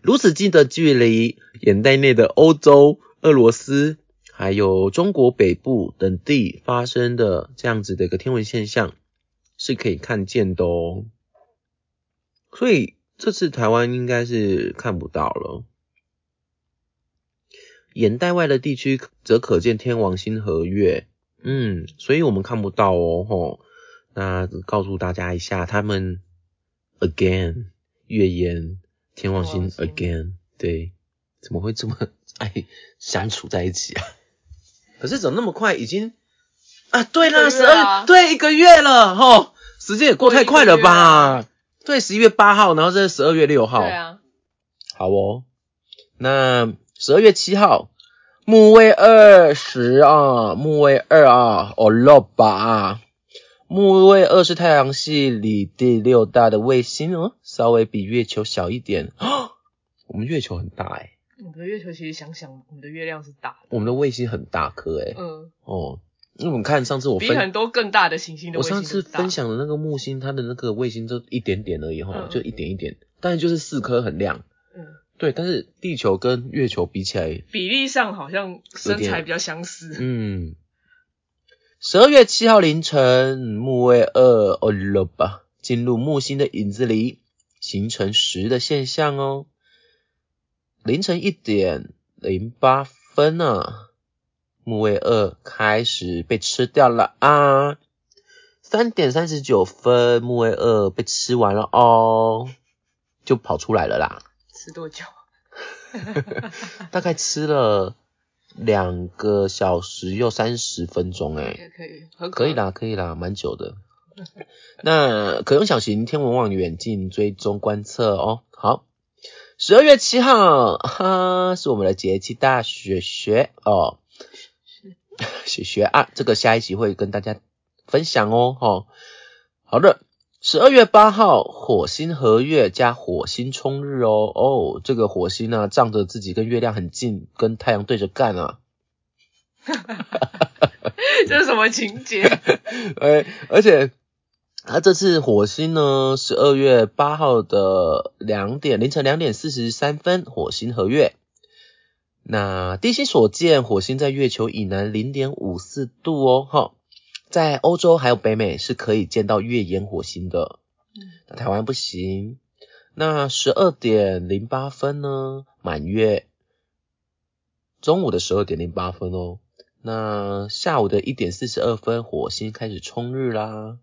如此近的距离，眼袋内的欧洲、俄罗斯还有中国北部等地发生的这样子的一个天文现象，是可以看见的哦。所以这次台湾应该是看不到了。眼袋外的地区则可见天王星合月。嗯，所以我们看不到哦，吼。那告诉大家一下，他们 again 月岩天王星
天王星
again 对，怎么会这么 爱相处在一起啊？可是怎么那么快已经啊？对啦，
一个
十
月啊
二对一个月了，吼，时间也过太快了吧？对，十一月八号，然后这是十二月六号，
对啊，
好哦。那十二月七号，木卫二十啊，木卫二啊，哦落吧啊。木卫二是太阳系里第六大的卫星哦，稍微比月球小一点。啊我们月球很大诶、
我们的月球其实想想，我们的月亮是大的，
我们的卫星很大颗诶、
嗯，
哦，那我们看上次我
比很
分，
多更大的行星的
我
卫星
上次
都大
分，享的那个木星，它的那个卫星就一点点而已哈、
嗯
就一点一点，但是就是四颗很亮。
嗯，
对，但是地球跟月球比起来，
比例上好像身
有
材
点
比较相似，
嗯，十二月七号凌晨，木卫二欧罗巴进入木星的影子里，形成十的现象哦。凌晨一点零八分啊，木卫二开始被吃掉了啊。三点三十九分，木卫二被吃完了哦，就跑出来了啦。
吃多久？
大概吃了两个小时又三十分钟、欸，
也可以，很
可以。啦，可以啦，蛮久的。 那可用小型天文望远镜追踪观测哦。好，十二月七号，哈，是我们的节气大雪雪哦，雪雪啊，这个下一集会跟大家分享哦。哦，好的，十二月八号，火星合月加火星冲日哦。哦，这个火星呢、仗着自己跟月亮很近，跟太阳对着干啊。
这是什么情节？
哎，而且他这次火星呢，十二月八号的两点凌晨两点四十三分，火星合月。那地心所见，火星在月球以南零点五四度哦，哈，在欧洲还有北美是可以见到月掩火星的，那台湾不行。那十二点零八分呢，满月，中午的十二点零八分哦，那下午的一点四十二分，火星开始冲日啦。嗯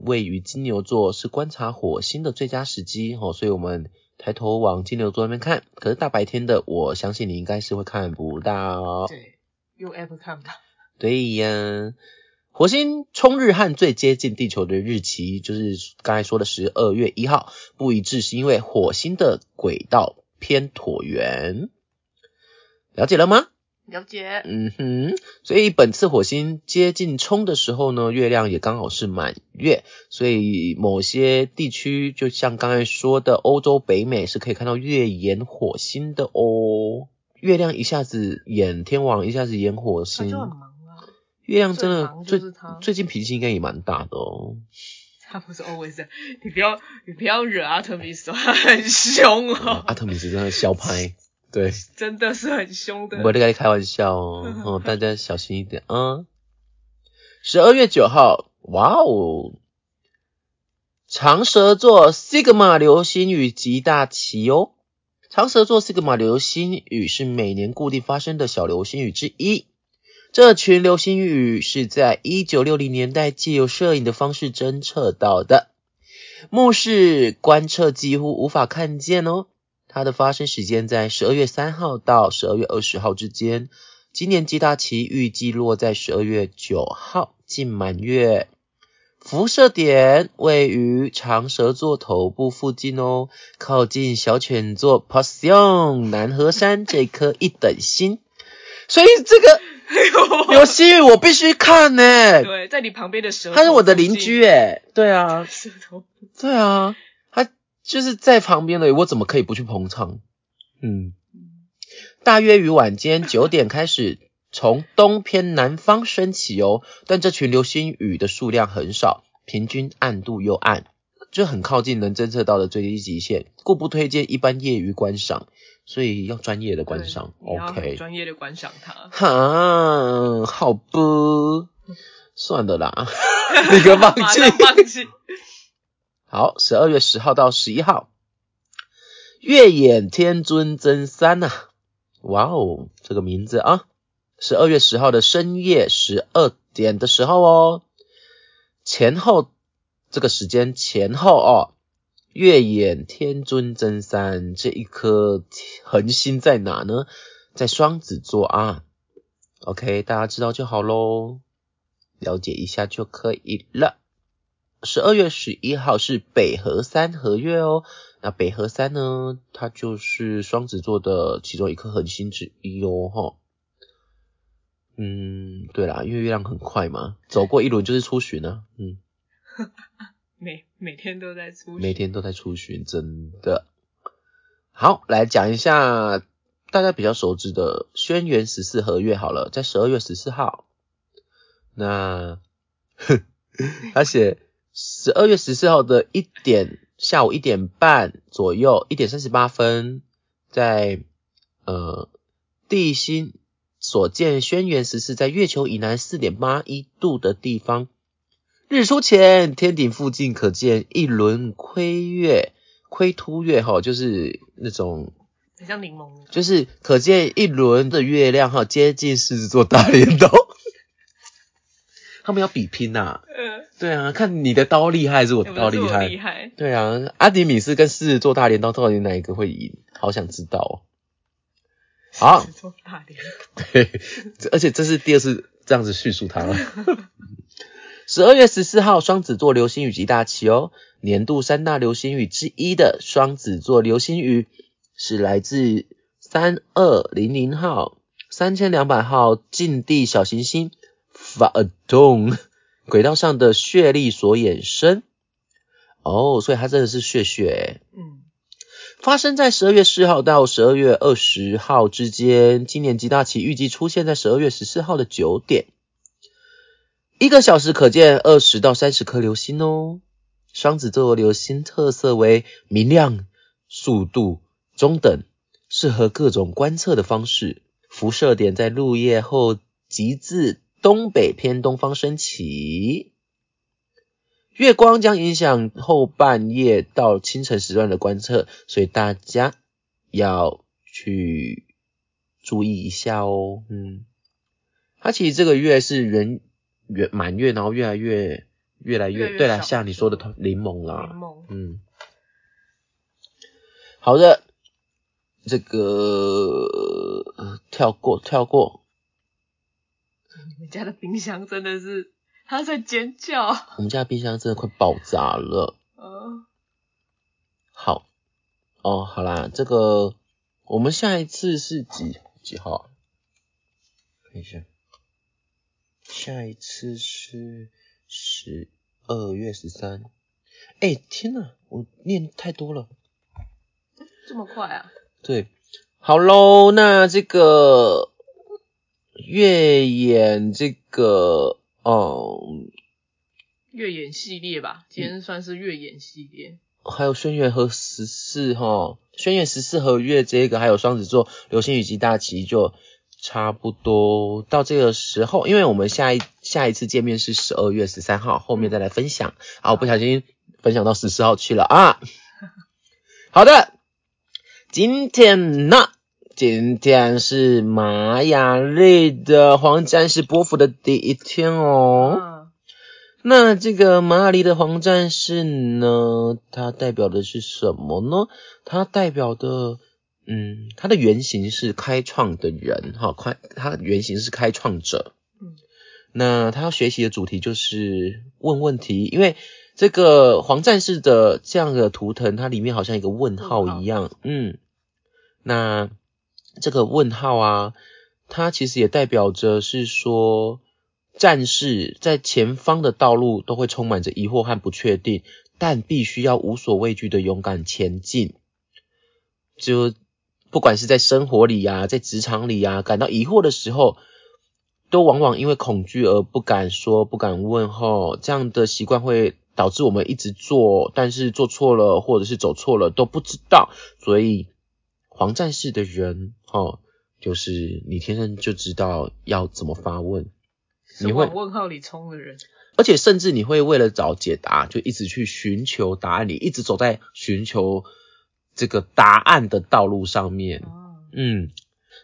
位于金牛座是观察火星的最佳时机哦，所以我们抬头往金牛座那边看。可是大白天的，我相信你应该是会看不到。哦
对，用 app 看不到。
对呀，火星冲日和最接近地球的日期就是刚才说的十二月一号，不一致是因为火星的轨道偏椭圆。了解了吗？
了解，
嗯哼，所以本次火星接近冲的时候呢，月亮也刚好是满月，所以某些地区就像刚才说的，欧洲、北美是可以看到月掩火星的哦。月亮一下子演天王，一下子演火
他
星，
就很忙啊，
月亮真
最
的
忙就
最
是它
最近脾气应该也蛮大的 哦。
他不是 always 的。你不要，你不要惹阿特米斯， 他很凶哦，
阿特米斯真的小 拍，对，
真的是很凶的。
我在跟你开玩笑哦，哦，大家小心一点啊。十二月九号，哇哦，长蛇座 Sigma 流星雨极大期哦。长蛇座 Sigma 流星雨是每年固定发生的小流星雨之一。这群流星雨是在一九六零年代借由摄影的方式侦测到的，目视观测几乎无法看见哦。它的发生时间在十二月三号到十二月二十号之间。今年极大期预计落在十二月九号，近满月。辐射点位于长蛇座头部附近哦，靠近小犬座 p a s s i o n 南河山这颗一等星。所以这个
哎
流
呦，
星雨我必须看呢、
对，在你旁边的蛇，
他是我的邻居，诶、对啊，
舌头
对啊，他就是在旁边的，我怎么可以不去捧场？嗯，大约于晚间九点开始，从东偏南方升起哦。但这群流星雨的数量很少，平均暗度又暗，就很靠近能侦测到的最低极限，故不推荐一般业余观赏，所以要专业的观赏。
对你要很
OK，
专业的观赏它。
哈，好不，算了啦， 你个 放
马
弃
上。放弃，
好，十二月十号到十一号，月掩天尊真三呐、啊哇哦，这个名字啊，十二月十号的深夜十二点的时候哦，前后这个时间前后哦，月掩天尊真三这一颗恒星在哪呢？在双子座啊。OK，大家知道就好喽，了解一下就可以了。十二月十一号是北河三合月哦。那北河三呢，它就是双子座的其中一颗恒星之一哦，哈。嗯，对啦，因为月亮很快嘛，走过一轮就是初巡啊，嗯，
每每天都在出
每天都在初巡，真的。好，来讲一下大家比较熟知的轩辕十四合月好了，在十二月十四号。那，他写十二月十四号的一点下午一点半左右，一点三十八分，在呃地心所见轩辕十四在月球以南四点八一度的地方，日出前天顶附近可见一轮亏月，亏凸月哈，就是那种
很像柠檬，
就是可见一轮的月亮哈，接近狮子座大镰刀。他们要比拼呐、
呃，
对啊，看你的刀厉害还是我
也
的
不
刀
是
厉
我
害？
厉害，
对啊，阿迪米斯跟狮子座大镰刀到底哪一个会赢？好想知道哦。好
狮，子座大脸，
对，这 而且这是第二次这样子叙述他了。十二月十四号，双子座流星雨极大期哦，年度三大流星雨之一的双子座流星雨是来自三二零零号、三千两百号近地小行星法尔顿轨道上的血粒所衍生。哦，所以它真的是血血、欸。
嗯，
发生在十二月四号到十二月二十号之间。今年极大期预计出现在十二月十四号的九点，一个小时可见二十到三十颗流星哦。双子座流星特色为明亮、速度中等，适合各种观测的方式。辐射点在入夜后即自东北偏东方升起。月光将影响后半夜到清晨时段的观测，所以大家要去注意一下哦。嗯，它其实这个月是圆圆满月，然后越来越越来
越
越
来越
对啦，
少
像你说的柠檬啦，
柠檬，
嗯，好的，这个呃跳过跳过，
你们家的冰箱真的是，它在尖叫，
我们家的冰箱真的快爆炸了。
呃，
好，哦，好啦，这个我们下一次是几几号啊？看一下，下一次是十二月十三。哎，天呐，我念太多了。
这么快啊？
对，好喽，那这个月演这个哦、
越演系列吧，
嗯
今天算是越演系列，
还有轩辕和十四哈，轩辕十四和月这个，还有双子座流星雨及大旗就差不多到这个时候，因为我们下一下一次见面是十二月十三号，后面再来分享啊，我不小心分享到十四号去了啊。 好的，今天呢，今天是玛雅历的黄战士波伏的第一天哦。
啊，
那这个马雅历的黄战士呢，它代表的是什么呢？它代表的，嗯，它的原型是开创的人，哈，开，它的原型是开创者。
嗯
那他要学习的主题就是问问题，因为这个黄战士的这样的图腾，它里面好像一个问号一样，嗯，那这个问号啊，它其实也代表着是说，战士在前方的道路都会充满着疑惑和不确定，但必须要无所畏惧的勇敢前进。就不管是在生活里呀、在职场里呀、感到疑惑的时候，都往往因为恐惧而不敢说、不敢问候，这样的习惯会导致我们一直做，但是做错了或者是走错了都不知道。所以，黄战士的人哦，就是你天生就知道要怎么发问，
是
你会
往问号里冲的人，
而且甚至你会为了找解答，就一直去寻求答案，你一直走在寻求这个答案的道路上面。
啊，
嗯，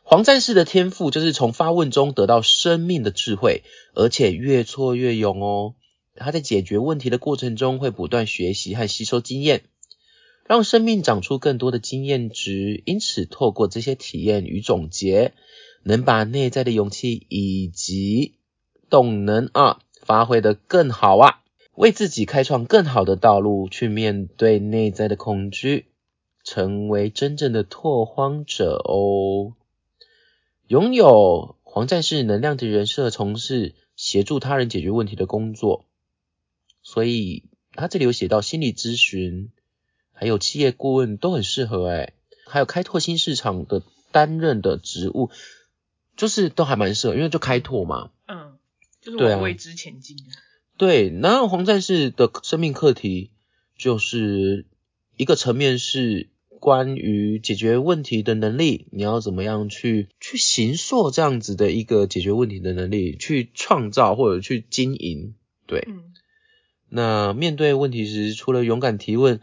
黄战士的天赋就是从发问中得到生命的智慧，而且越挫越勇哦。他在解决问题的过程中会不断学习和吸收经验，让生命长出更多的经验值。因此，透过这些体验与总结，能把内在的勇气以及动能啊发挥得更好啊，为自己开创更好的道路，去面对内在的恐惧，成为真正的拓荒者哦。拥有黄战士能量的人适合从事协助他人解决问题的工作，所以他这里有写到心理咨询，还有企业顾问都很适合哎、还有开拓新市场的担任的职务，就是都还蛮适合，因为就开拓嘛，
嗯，就是
对啊
往未知前进。
对，然后黄战士的生命课题就是一个层面是关于解决问题的能力，你要怎么样去去形塑这样子的一个解决问题的能力，去创造或者去经营。对，
嗯，
那面对问题时，除了勇敢提问，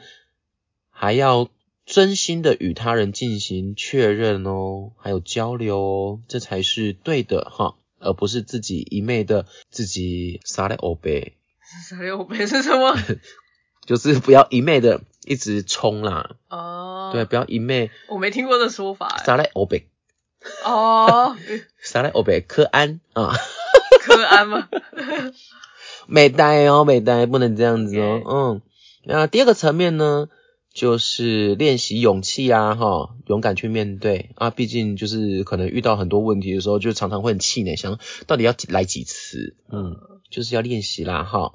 还要真心的与他人进行确认哦，还有交流哦，这才是对的哈，而不是自己一昧的自己撒赖欧呗。
傻六本是 什么？
就是 不要一昧的一直冲啦，
哦，
对，，不要一昧
我没听过这说法。哎
撒赖欧北，
哦，
撒赖欧北科安啊，
柯安吗？
美呆哦，美呆，不能这样子哦
OK
嗯。那第二个层面呢，就是练习勇气啊，哈，勇敢去面对啊，毕竟就是可能遇到很多问题的时候，就常常会很气馁，想到底要几来几次，嗯，就是要练习啦，哈。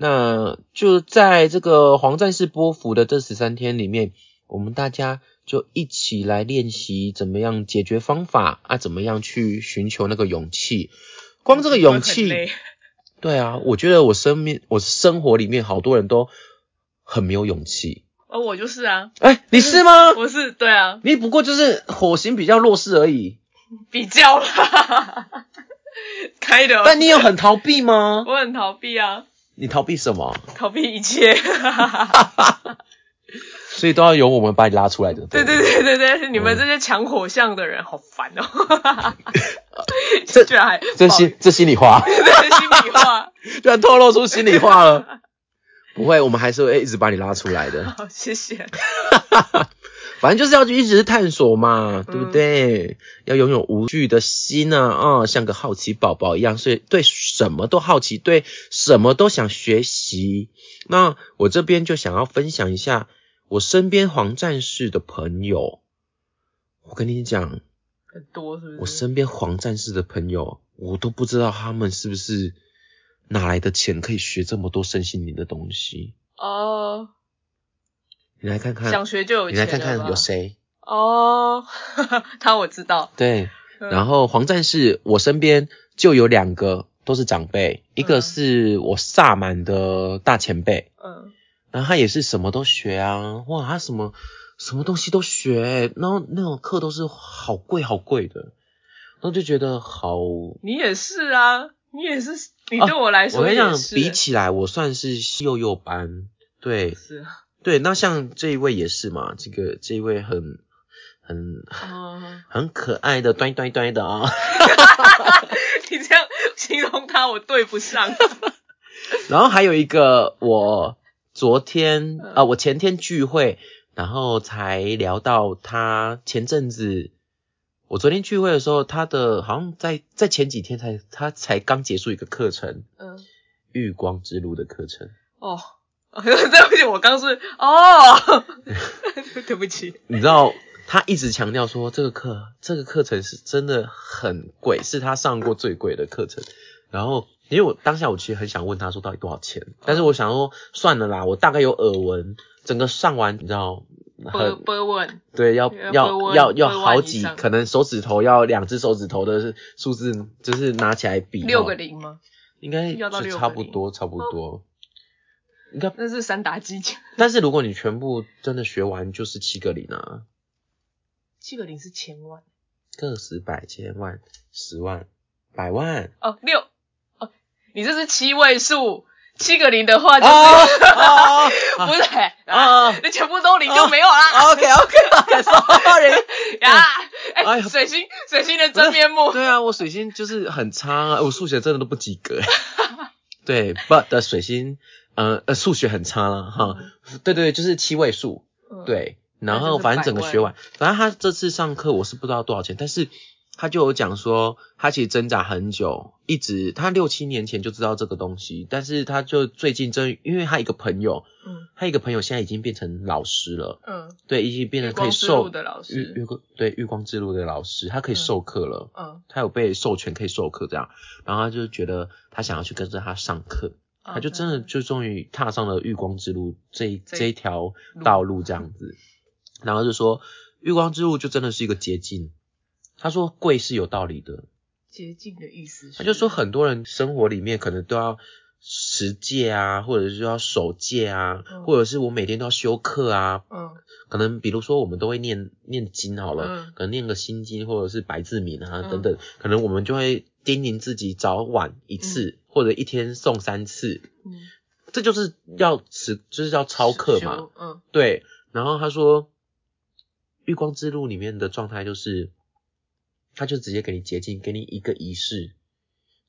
那就在这个黄战士波幅的这十三天里面，我们大家就一起来练习怎么样解决方法啊，怎么样去寻求那个勇气。 光这个勇
嗯很
气，
累
对啊，我觉得我生命、我生活里面好多人都很没有勇气。
哦，我就是啊，
哎、你是吗？
我是对啊，
你不过就是火星比较弱势而已，
比较啦，开的。
但你有很逃避吗？
我很逃避啊，
你逃避什么？
逃避一切。
所以都要由我们把你拉出来的。
对
不
对，对对对，你们
嗯
这些抢火象的人好烦哦。
这
居然还
这心这心里 话，
对心里话，
居然透露出心里话了。不会，我们还是会一直把你拉出来的。
好哦谢谢。
反正就是要一直探索
嗯
嘛，对不对？要拥有无惧的心啊，啊、像个好奇宝宝一样，所以对什么都好奇，对什么都想学习。那我这边就想要分享一下我身边黄战士的朋友，我跟你讲，
很多是
我
不是？
身边黄战士的朋友，我都不知道他们是不是哪来的钱可以学这么多身心灵的东西。
哦，
你来看看，
想学就有
你
钱
来
了吧。
看看有谁？
哦， 他我知道。
对，
嗯
然后黄战士，我身边就有两个都是长辈，一个
嗯
是我萨满的大前辈，
嗯，
然后他也是什么都学啊，哇，他什么什么东西都学、然后那种课都是好贵好贵的，然后就觉得好，我
你也是啊，你也是，你
哦
对我来说
跟你讲
哎也，是
比起来我算是幼幼班，对
是啊，
对，那像这一位也是嘛，这个这一位很很
哦，
很可爱的，端端端的啊。
你这样形容他，我对不上。
然后还有一个，我昨天啊、
嗯
呃我前天聚会，然后才聊到他前阵子，我昨天聚会的时候，他的好像在在前几天才他才刚结束一个课程，
嗯，
日光之路的课程。
哦， 对不起，我刚是哦， 对不起，
你知道，他一直强调说这个课这个课程是真的很贵，是他上过最贵的课程。然后，因为我当下我其实很想问他说到底多少钱，但是我想说算了啦，我大概有耳闻，整个上完你知道。
波
很
波问，
对，要
要
要
会
要
弯
要
会弯
好
以
几，
上
可能手指头要两只手指头的数字，就是拿起来比
六
哦
个，零吗？
应该
要到
是
六个
差不
零
多差不多。应该，
那是三打鸡枪，
但是如果你全部真的学完，就是七个零啊，
七个零是千万
个十百千万十万百万
哦，六哦，你这是七位数，七个零的话就
哦
是、哎
啊
不是、
啊哦
你全部都领就
哦
没有啦。
OK OK OK，sorry。
呀，哎
哎，呀
水星，水星的真面目。
对啊，我水星就是很差啊，我数学真的都不及格。对，but 的水星，呃呃，数学很差啦，哈。对对，就是七位数，
嗯，
对。然
那就
后
是
反正整
百
个
万
学完，反正他这次上课我是不知道多少钱，但是他就有讲说，他其实挣扎很久，一直他六七年前就知道这个东西，但是他就最近真，因为他一个朋友，
嗯
他一个朋友现在已经变成老师了，
嗯，
对，已经变
月
成可
光
以
之路
授
的老
月
师，
月光对月光之路的老师，他可以
嗯
授课了。
嗯，
他有被授权可以授课这样，然后他就觉得他想要去跟着他上课，他
嗯
就真的就终于踏上了月光之路这一
这
这一条道路这样子，然后就说月光之路就真的是一个捷径。他说贵是有道理的，
捷径的意思是，
他就说很多人生活里面可能都要持戒啊，或者是要守戒啊，
嗯
或者是我每天都要修课啊，
嗯
可能比如说我们都会念念经好了，
嗯
可能念个心经或者是白字明啊、
嗯
等等，可能我们就会叮咛自己早晚一次、或者一天诵三次，
嗯，
这就是要持就是要超课嘛，
修，嗯
对。然后他说，《月光之路》里面的状态就是，他就直接给你捷径，给你一个仪式，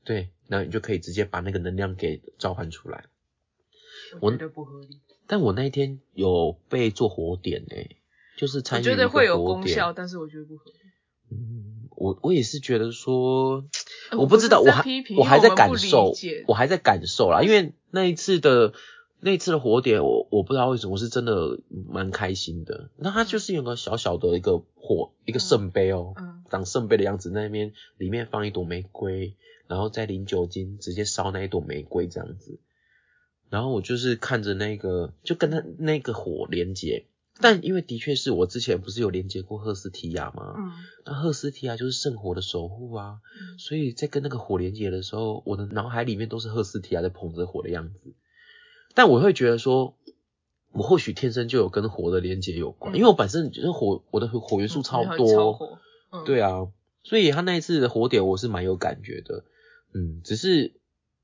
对，然后你就可以直接把那个能量给召唤出来。
我
我
觉得不合理，
但我那一天有被做火点诶、就是
我
参与
觉
一
得
个
会有
火
功
点
效，但是我觉得不合理。
嗯，我我也是觉得说，
哎
我不知道，
是
我
在
还
批评
我还
因为
在
我们不
感
理
受
解，
我还在感受啦，因为那一次的那一次的火点，我我不知道为什么是真的蛮开心的。那它就是有个小小的一个火，一个圣杯哦，
嗯
长圣杯的样子，那边里面放一朵玫瑰，然后再淋酒精，直接烧那一朵玫瑰这样子。然后我就是看着那个，就跟它那个火连接，但因为的确是我之前不是有连接过赫斯提亚吗？
嗯，
那赫斯提亚就是圣火的守护啊，
嗯
所以在跟那个火连接的时候，我的脑海里面都是赫斯提亚在捧着火的样子。但我会觉得说，我或许天生就有跟火的连接有关，
嗯
因为我本身就是火，我的火元素超
嗯
多，
超火，嗯，
对啊，所以他那一次的火点我是蛮有感觉的，嗯，只是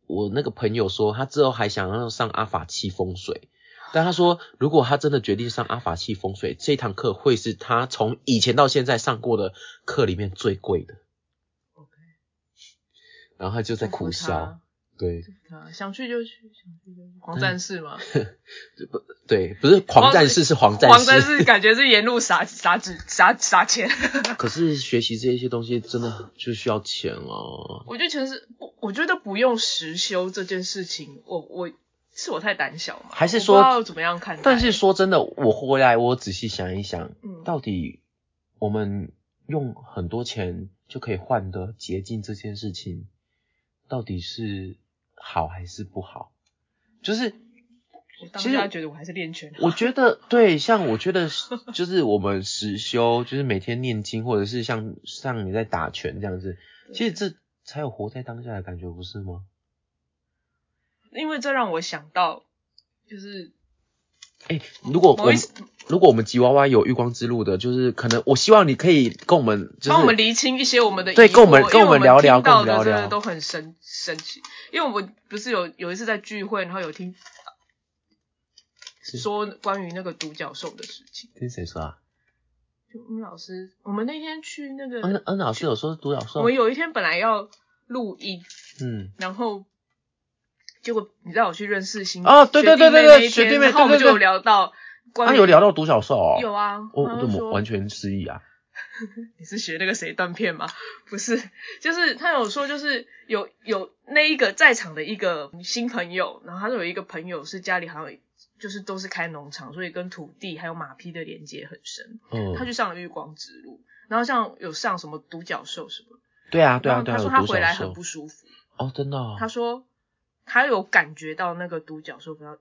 我那个朋友说他之后还想要上阿法气风水，但他说如果他真的决定上阿法气风水，这堂课会是他从以前到现在上过的课里面最贵的，
，OK，
然后他就在
祝福
苦笑，
他，
对
祝福他想去就去，想去就去，黄战士嘛，
哦对，不是狂战 士是黄战士，
黄战士感觉是沿路撒撒纸撒撒钱。
可是学习这些东西真的就需要钱哦，
我觉得全是不，我觉得不用实修这件事情，我我是我太胆小嘛，
还是
我不
说
知道怎么样看待？
但是说真的，我回来我仔细想一想，
嗯，
到底我们用很多钱就可以换得捷径这件事情，到底是好还是不好？就是
我当
其实
下觉得我还是练拳好，
我觉得对，像我觉得就是我们实修，就是每天念经，或者是像像你在打拳这样子，
对
其实这才有活在当下的感觉，不是吗？
因为这让我想到就是
哎、如果我
某一
们如果我们吉娃娃有月光之路的，就是可能我希望你可以跟我们就是
帮我们厘清一些我们的疑惑
对跟我们
因为
跟我
我
们聊聊
听到的
跟我们聊
真的
聊
都很神神奇。因为我不是有有一次在聚会，然后有听
是
说关于那个独角兽的事情，
跟谁说啊？
就我们老师，我们那天去那个，
恩嗯恩老师有说独角兽
我，们有一天本来要录音，
嗯，
然后结果你知道我去认识新
哦对对对对对
学
学
弟
弟
妹那
妹
一天，然后我们
对对对
就聊到关
他
于
有聊到独角兽哦，
有啊，
我
他
我
就
怎么
说
完全失忆啊？
你是学那个谁断片吗？ 不是，就是他有说，就是有有那一个在场的一个新朋友，然后他说有一个朋友是家里好像有就是都是开农场，所以跟土地还有马匹的连接很深，他
嗯，
去上了月光之路。然后像有上什么独角兽什么，
对啊，对
然
啊，
后
对
他
啊，有
说
独角
他
兽
回来很不舒服，
哦，真的哦，
他说他有感觉到那个独角兽比较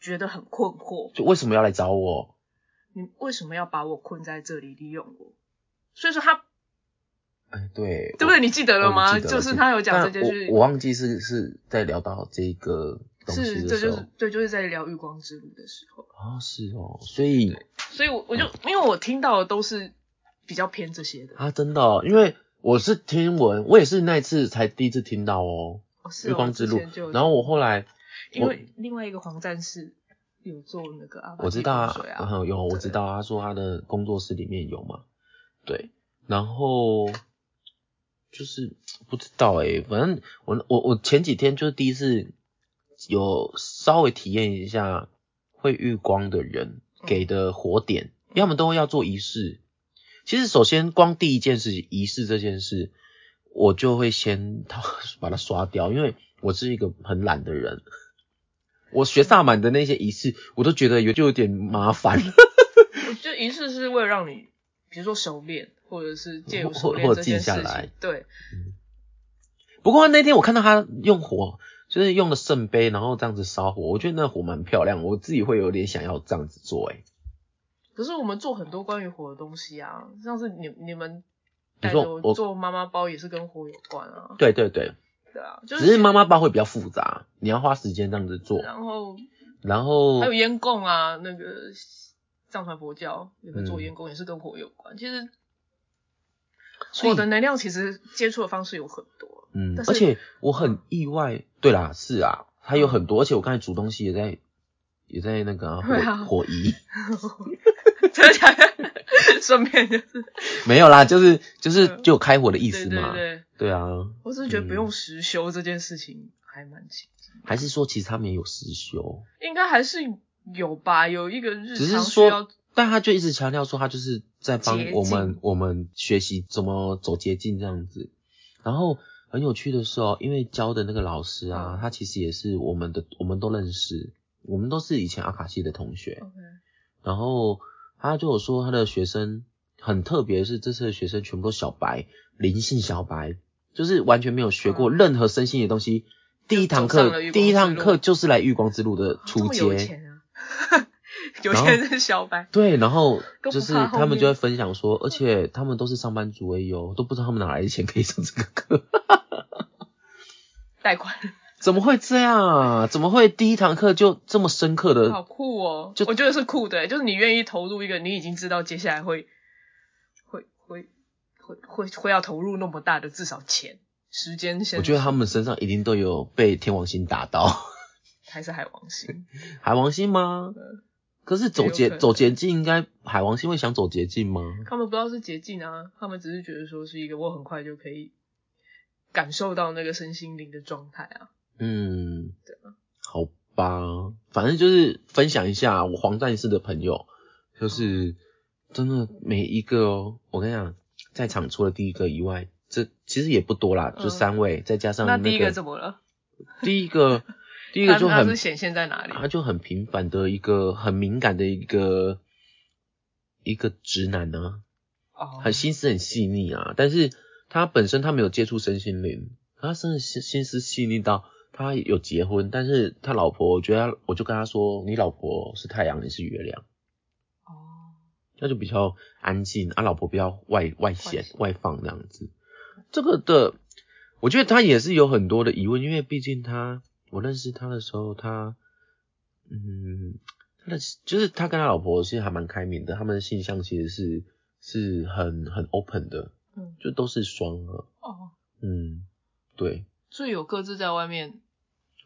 觉得很困惑，
就为什么要来找我？
你为什么要把我困在这里利用我？所以说他
哎，对，
对不对？你记得
我
了
我
吗？
记得
就
我
是
记得
他有讲这
但
件事
我，我忘记是是在聊到这个东西
是，
的
这
时
就
候
是，对，就是在聊《月光之路》的时候，
哦，是哦，所以
所以我我就因为我听到的都是比较偏这些的，
嗯啊，真的哦，因为我是听闻，我也是那一次才第一次听到哦，
哦是哦
月光之路
之前就有，
然后我后来
因为另外一个黄战士有做那个阿
我知道啊
水，啊，
嗯，有我知道啊，他说他的工作室里面有嘛，对，然后就是不知道诶、反正我我我前几天就是第一次有稍微体验一下会遇光的人给的火点，因为他们都会要做仪式。其实首先光第一件事情仪式这件事，我就会先把它刷掉，因为我是一个很懒的人。我学萨满的那些仪式，我都觉得有就有点麻烦了，
我就仪式是为了让你，比如说熟练，或者是借由
或
熟练
或
这件
静下
事
来
情，对，
不过那天我看到他用火，就是用的圣杯，然后这样子烧火，我觉得那火蛮漂亮，我自己会有点想要这样子做、欸。
可是我们做很多关于火的东西啊，像是你你们
你
带
说
着我
我
做妈妈包也是跟火有关啊，
对对对，
对啊，就
只是妈妈包会比较复杂，你要花时间这样子做。
然后
然后
还有烟供啊，那个藏传佛教有个做
嗯
烟供也是跟火有关，其实
所以
火的能量其实接触的方式有很多，
嗯，
但是
而且我很意外，对啦，是啊，还有很多，而且我刚才煮东西也在也在那 个啊、火
对啊
火仪。
真的假的？顺便就是
没有啦，就是就是
嗯
就有开火的意
对
思
对
嘛。
对，
对啊，
我只是觉得不
嗯
用实修这件事情还蛮轻，
还是说其实他们也有实修，
应该还是有吧，有一个日
只是
常需要
说，但他就一直强调说他就是在帮
捷
我们
径
我们学习怎么走捷径这样子。然后很有趣的是哦，因为教的那个老师啊，
嗯
他其实也是我们的，我们都认识，我们都是以前阿卡西的同学。
OK
然后他就有说他的学生很特别，是这次的学生全部都小白，灵性小白，就是完全没有学过
嗯
任何身心的东西。第一堂
就走上
课
了玉，光
第一堂
之路
课就是来玉光之路的
这
初
么有
阶，
钱啊， 有钱人小白，
对，然后
更不
就是
怕后
他们就会
面
分享说，而且他们都是上班族而已哦，都不知道他们哪来的钱可以上这个课，
贷款，
怎么会这样啊？怎么会第一堂课就这么深刻
好
的？
酷哦
呃就！
我觉得是酷的，就是你愿意投入一个你已经知道接下来会会会会会会要投入那么大的至少钱、时间先，
我觉得他们身上一定都有被天王星打到，
还是海王星，
海王星吗？可是走
嗯也有可
捷
能
走捷径，应该海王星会想走捷径吗？
他们不知道是捷径啊，他们只是觉得说是一个我很快就可以感受到那个身心灵的状态啊。
嗯，好吧，反正就是分享一下我黄战士的朋友，就是真的每一个哦，我跟你讲，在场除了第一个以外，这其实也不多啦，
嗯
就三位，再加上
那
个
第一个怎么了？
第一 个第一个就
他他
很
是显现在哪里？
他就很平凡的一个很敏感的一个一个直男啊呢、
哦，
很心思很细腻啊，但是他本身他没有接触身心灵，他真的心心思细腻到他有结婚，但是他老婆，我觉得他我就跟他说，你老婆是太阳，你是月亮，
哦，
那就比较安静，啊，老婆比较外外显
外显
外放那样子。这个的，我觉得他也是有很多的疑问，因为毕竟他我认识他的时候，他嗯，他的就是他跟他老婆其实还蛮开明的，他们的性向其实是是很很 open 的，
嗯，
就都是双啊，
哦，
嗯，对，
所以有各自在外面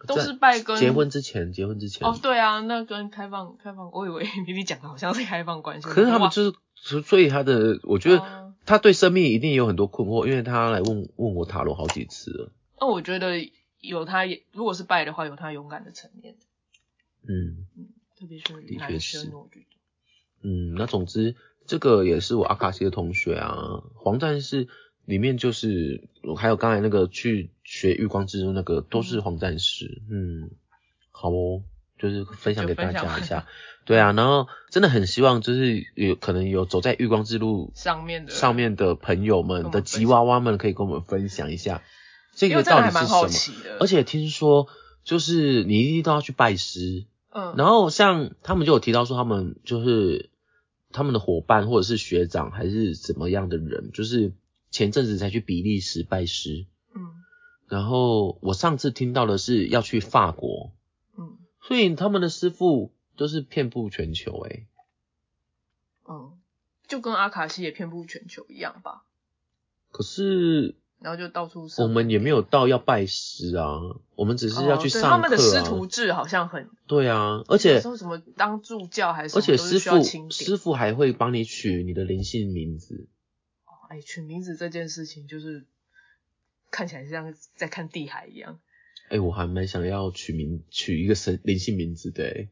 都
在
是拜跟
结婚之前，结婚之前，
哦，对啊，那跟开放开放，我以为 你你讲的好像是开放关系，
可是他
哇
们就是，所以他的，我觉得
哦
他对生命一定有很多困惑，因为他来问问我塔罗好几次了。
那我觉得有他也，如果是拜的话，有他勇敢的层面，
嗯
特别是
的确
男
是
生，我觉得
嗯，那总之这个也是我阿卡西的同学啊，黄战士里面就是还有刚才那个去学月光之路那个都是黄战士，嗯，好哦。就是分享给大
就分
家一
享
下，对啊，然后真的很希望就是有可能有走在月光之路
上面的
上，面的朋友
跟我
们
们
的
分
吉娃娃们可以跟我们分享一下这
因为
个
我真
到
的
底是
还蛮
什
好
么。
奇的，
而且听说就是你一定都要去拜师，
嗯，
然后像他们就有提到说他们就是他们的伙伴或者是学长还是怎么样的人，就是前阵子才去比利时拜师，
嗯
然后我上次听到的是要去法国，
嗯
所以他们的师傅都是遍布全球、欸，诶
嗯，就跟阿卡西也遍布全球一样吧，
可是
然后就到处
我
送。
们也没有到要拜师啊，我们只是要去
哦对
上课、啊
他们的师徒制好像很，
对啊，而且
有时候什么当助教还是什
而
么
且
都是
师
需要
傅
清点。
师傅还会帮你取你的灵性名字，
哎，取名字这件事情就是看起来像在看地海一样，
哎、我还蛮想要取名取一个神灵性名字的、欸，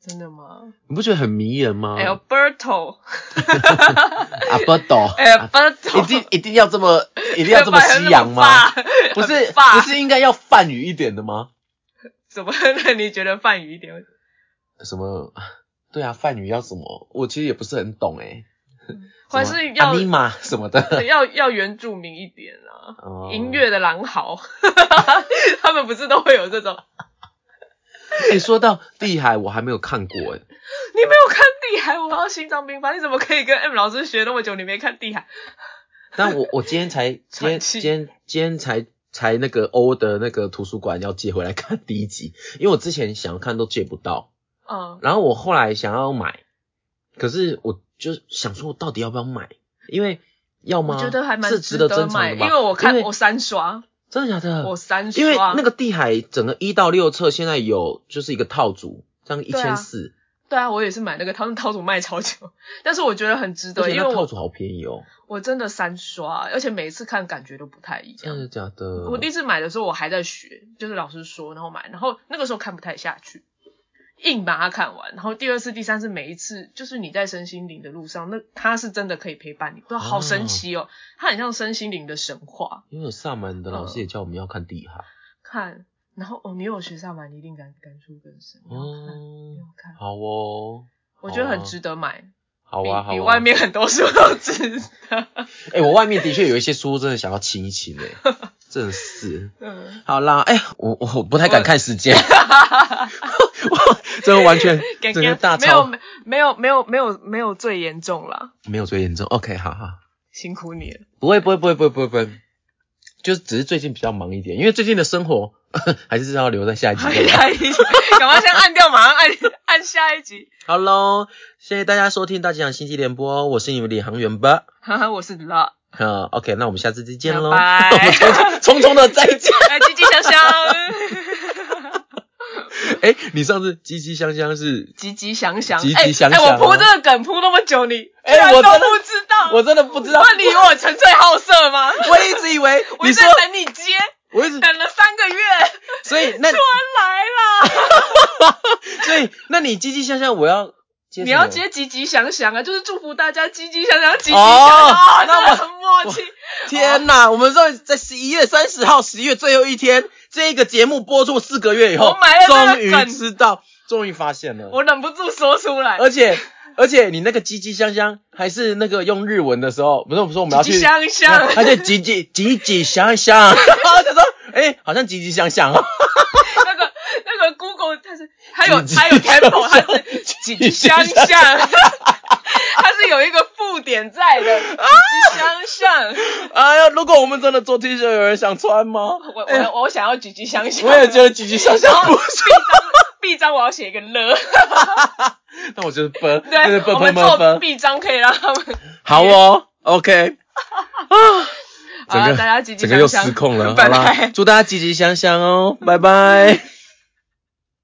真的吗、
你不觉得很迷人吗？
a l b e r t o
啊阿伯斗，
Alberto，
一 定一定要这么一定要这么西洋吗？不是不
发
是应该要泛语一点的吗？
怎么让你觉得泛语一点？
什么？对啊，泛语要什么？我其实也不是很懂哎、
还
什么
是要
阿尼玛 什么的，
要要原住民一点啊，
哦
音。乐的狼嚎， 他们不是都会有这种？
哎、说到地海，我还没有看过哎、
你没有看《地海》，我要心脏病发，你怎么可以跟 M 老师学那么久？你没看《地海
但我我今天 才今天
喘气
今天今天才才那个欧的那个图书馆要借回来看第一集，因为我之前想要看都借不到，》？
嗯，
然后我后来想要买，可是我就想说我到底要不要买？因为要
我
吗？
觉得还蛮
是值
值得
珍藏
买，
的
因
吗
为我看我
为
三刷，
真的假的？
我三刷，
因为那个地海整个一到六册现在有就是一个套组，这样一
对啊
千四，
对啊，我也是买那个，他们套组卖超久， 但是我觉得很值
而
得，
且
因
那
为
套
我
组好便宜哦，
我真的三刷，而且每一次看感觉都不太一
真
样。
的假的？
我第一次买的时候我还在学，就是老师说，然后买，然后那个时候看不太下去，硬把它看完。然后第二次、第三次，每一次就是你在身心灵的路上，那它是真的可以陪伴你，对，好神奇哦，它很像身心灵的神话。
因为有萨满的老师也叫我们要看地海
看，然后哦，你有学萨满，你一定感感触更深。你要
哦
看，你，要看，
好哦。
我觉得很
好啊
值得买，
好啊，好
比
啊
比外面很多书都值得。
哎、我外面的确有一些书，真的想要清一清 哎、真的是。
嗯，
好啦，哎、我我我不太敢看时间， 我真的完 全
给
整个大
没有
超
没没有没有没有没有最严重啦，
没有最严重。OK，好好，
辛苦你 了。
不会不会不会不会不会不会，就是只是最近比较忙一点，因为最近的生活 还是要留在下一集再聊。
下一集，赶快先按掉，马上按 按下一集。
好喽，谢谢大家收听大吉祥星际联播，我是你们领航员吧。
哈哈，我是 La，
嗯，OK，那我们下次再见喽，
拜
我们匆匆匆的再见。
来叽叽 香香，
哎、你上次叽叽香香是，
吉吉祥祥，
吉吉祥祥
哎、哎我
哦
铺这个梗铺那么久，你居
哎
然
我
都
真的
不知道？
我真的不知道，
那你以为我纯粹好 色吗？
我一直以为
我
你
一直
说，
在等你接，
我一直，
等了三个月，
所以那
突然来啦。
所以那你叽叽香香，我要接什么
你要接吉吉祥祥啊，就是祝福大家吉吉祥祥，吉吉祥
哦
祥啊，
那
真
我
的很默契。
天哪，我们终于在十一月三十号，十月最后一天，这个节目播出四个月以后
我买了，那
终
个
于
梗
知道，终于发现了。
我忍不住说出来，
而且而且你那个叽叽香香还是那个用日文的时候，不是我们说我们要
吉
去
吉，香香，
而且叽叽叽叽香香， 然后就说哎、好像叽叽香香哦，
那个那个 Google 它是它有
几
它有
几香
tempo，它是
几
几香
香
香，它是有一个附点在
啊
的，几香香。
哎呀，如果我们真的做 T 恤，有人想穿 吗？
我我我想要几几香香，
哎我也觉得叽叽香香不错。
臂章我要写一个了，
那我就是分，就是
对，
分
我
分
们
分
做
分，
臂章可以让他们
好哦，OK，
好啦啊
整个
大家几几
整个又
香香，
失控了，好
拜
啦
拜。
祝大家积极香香哦，拜拜。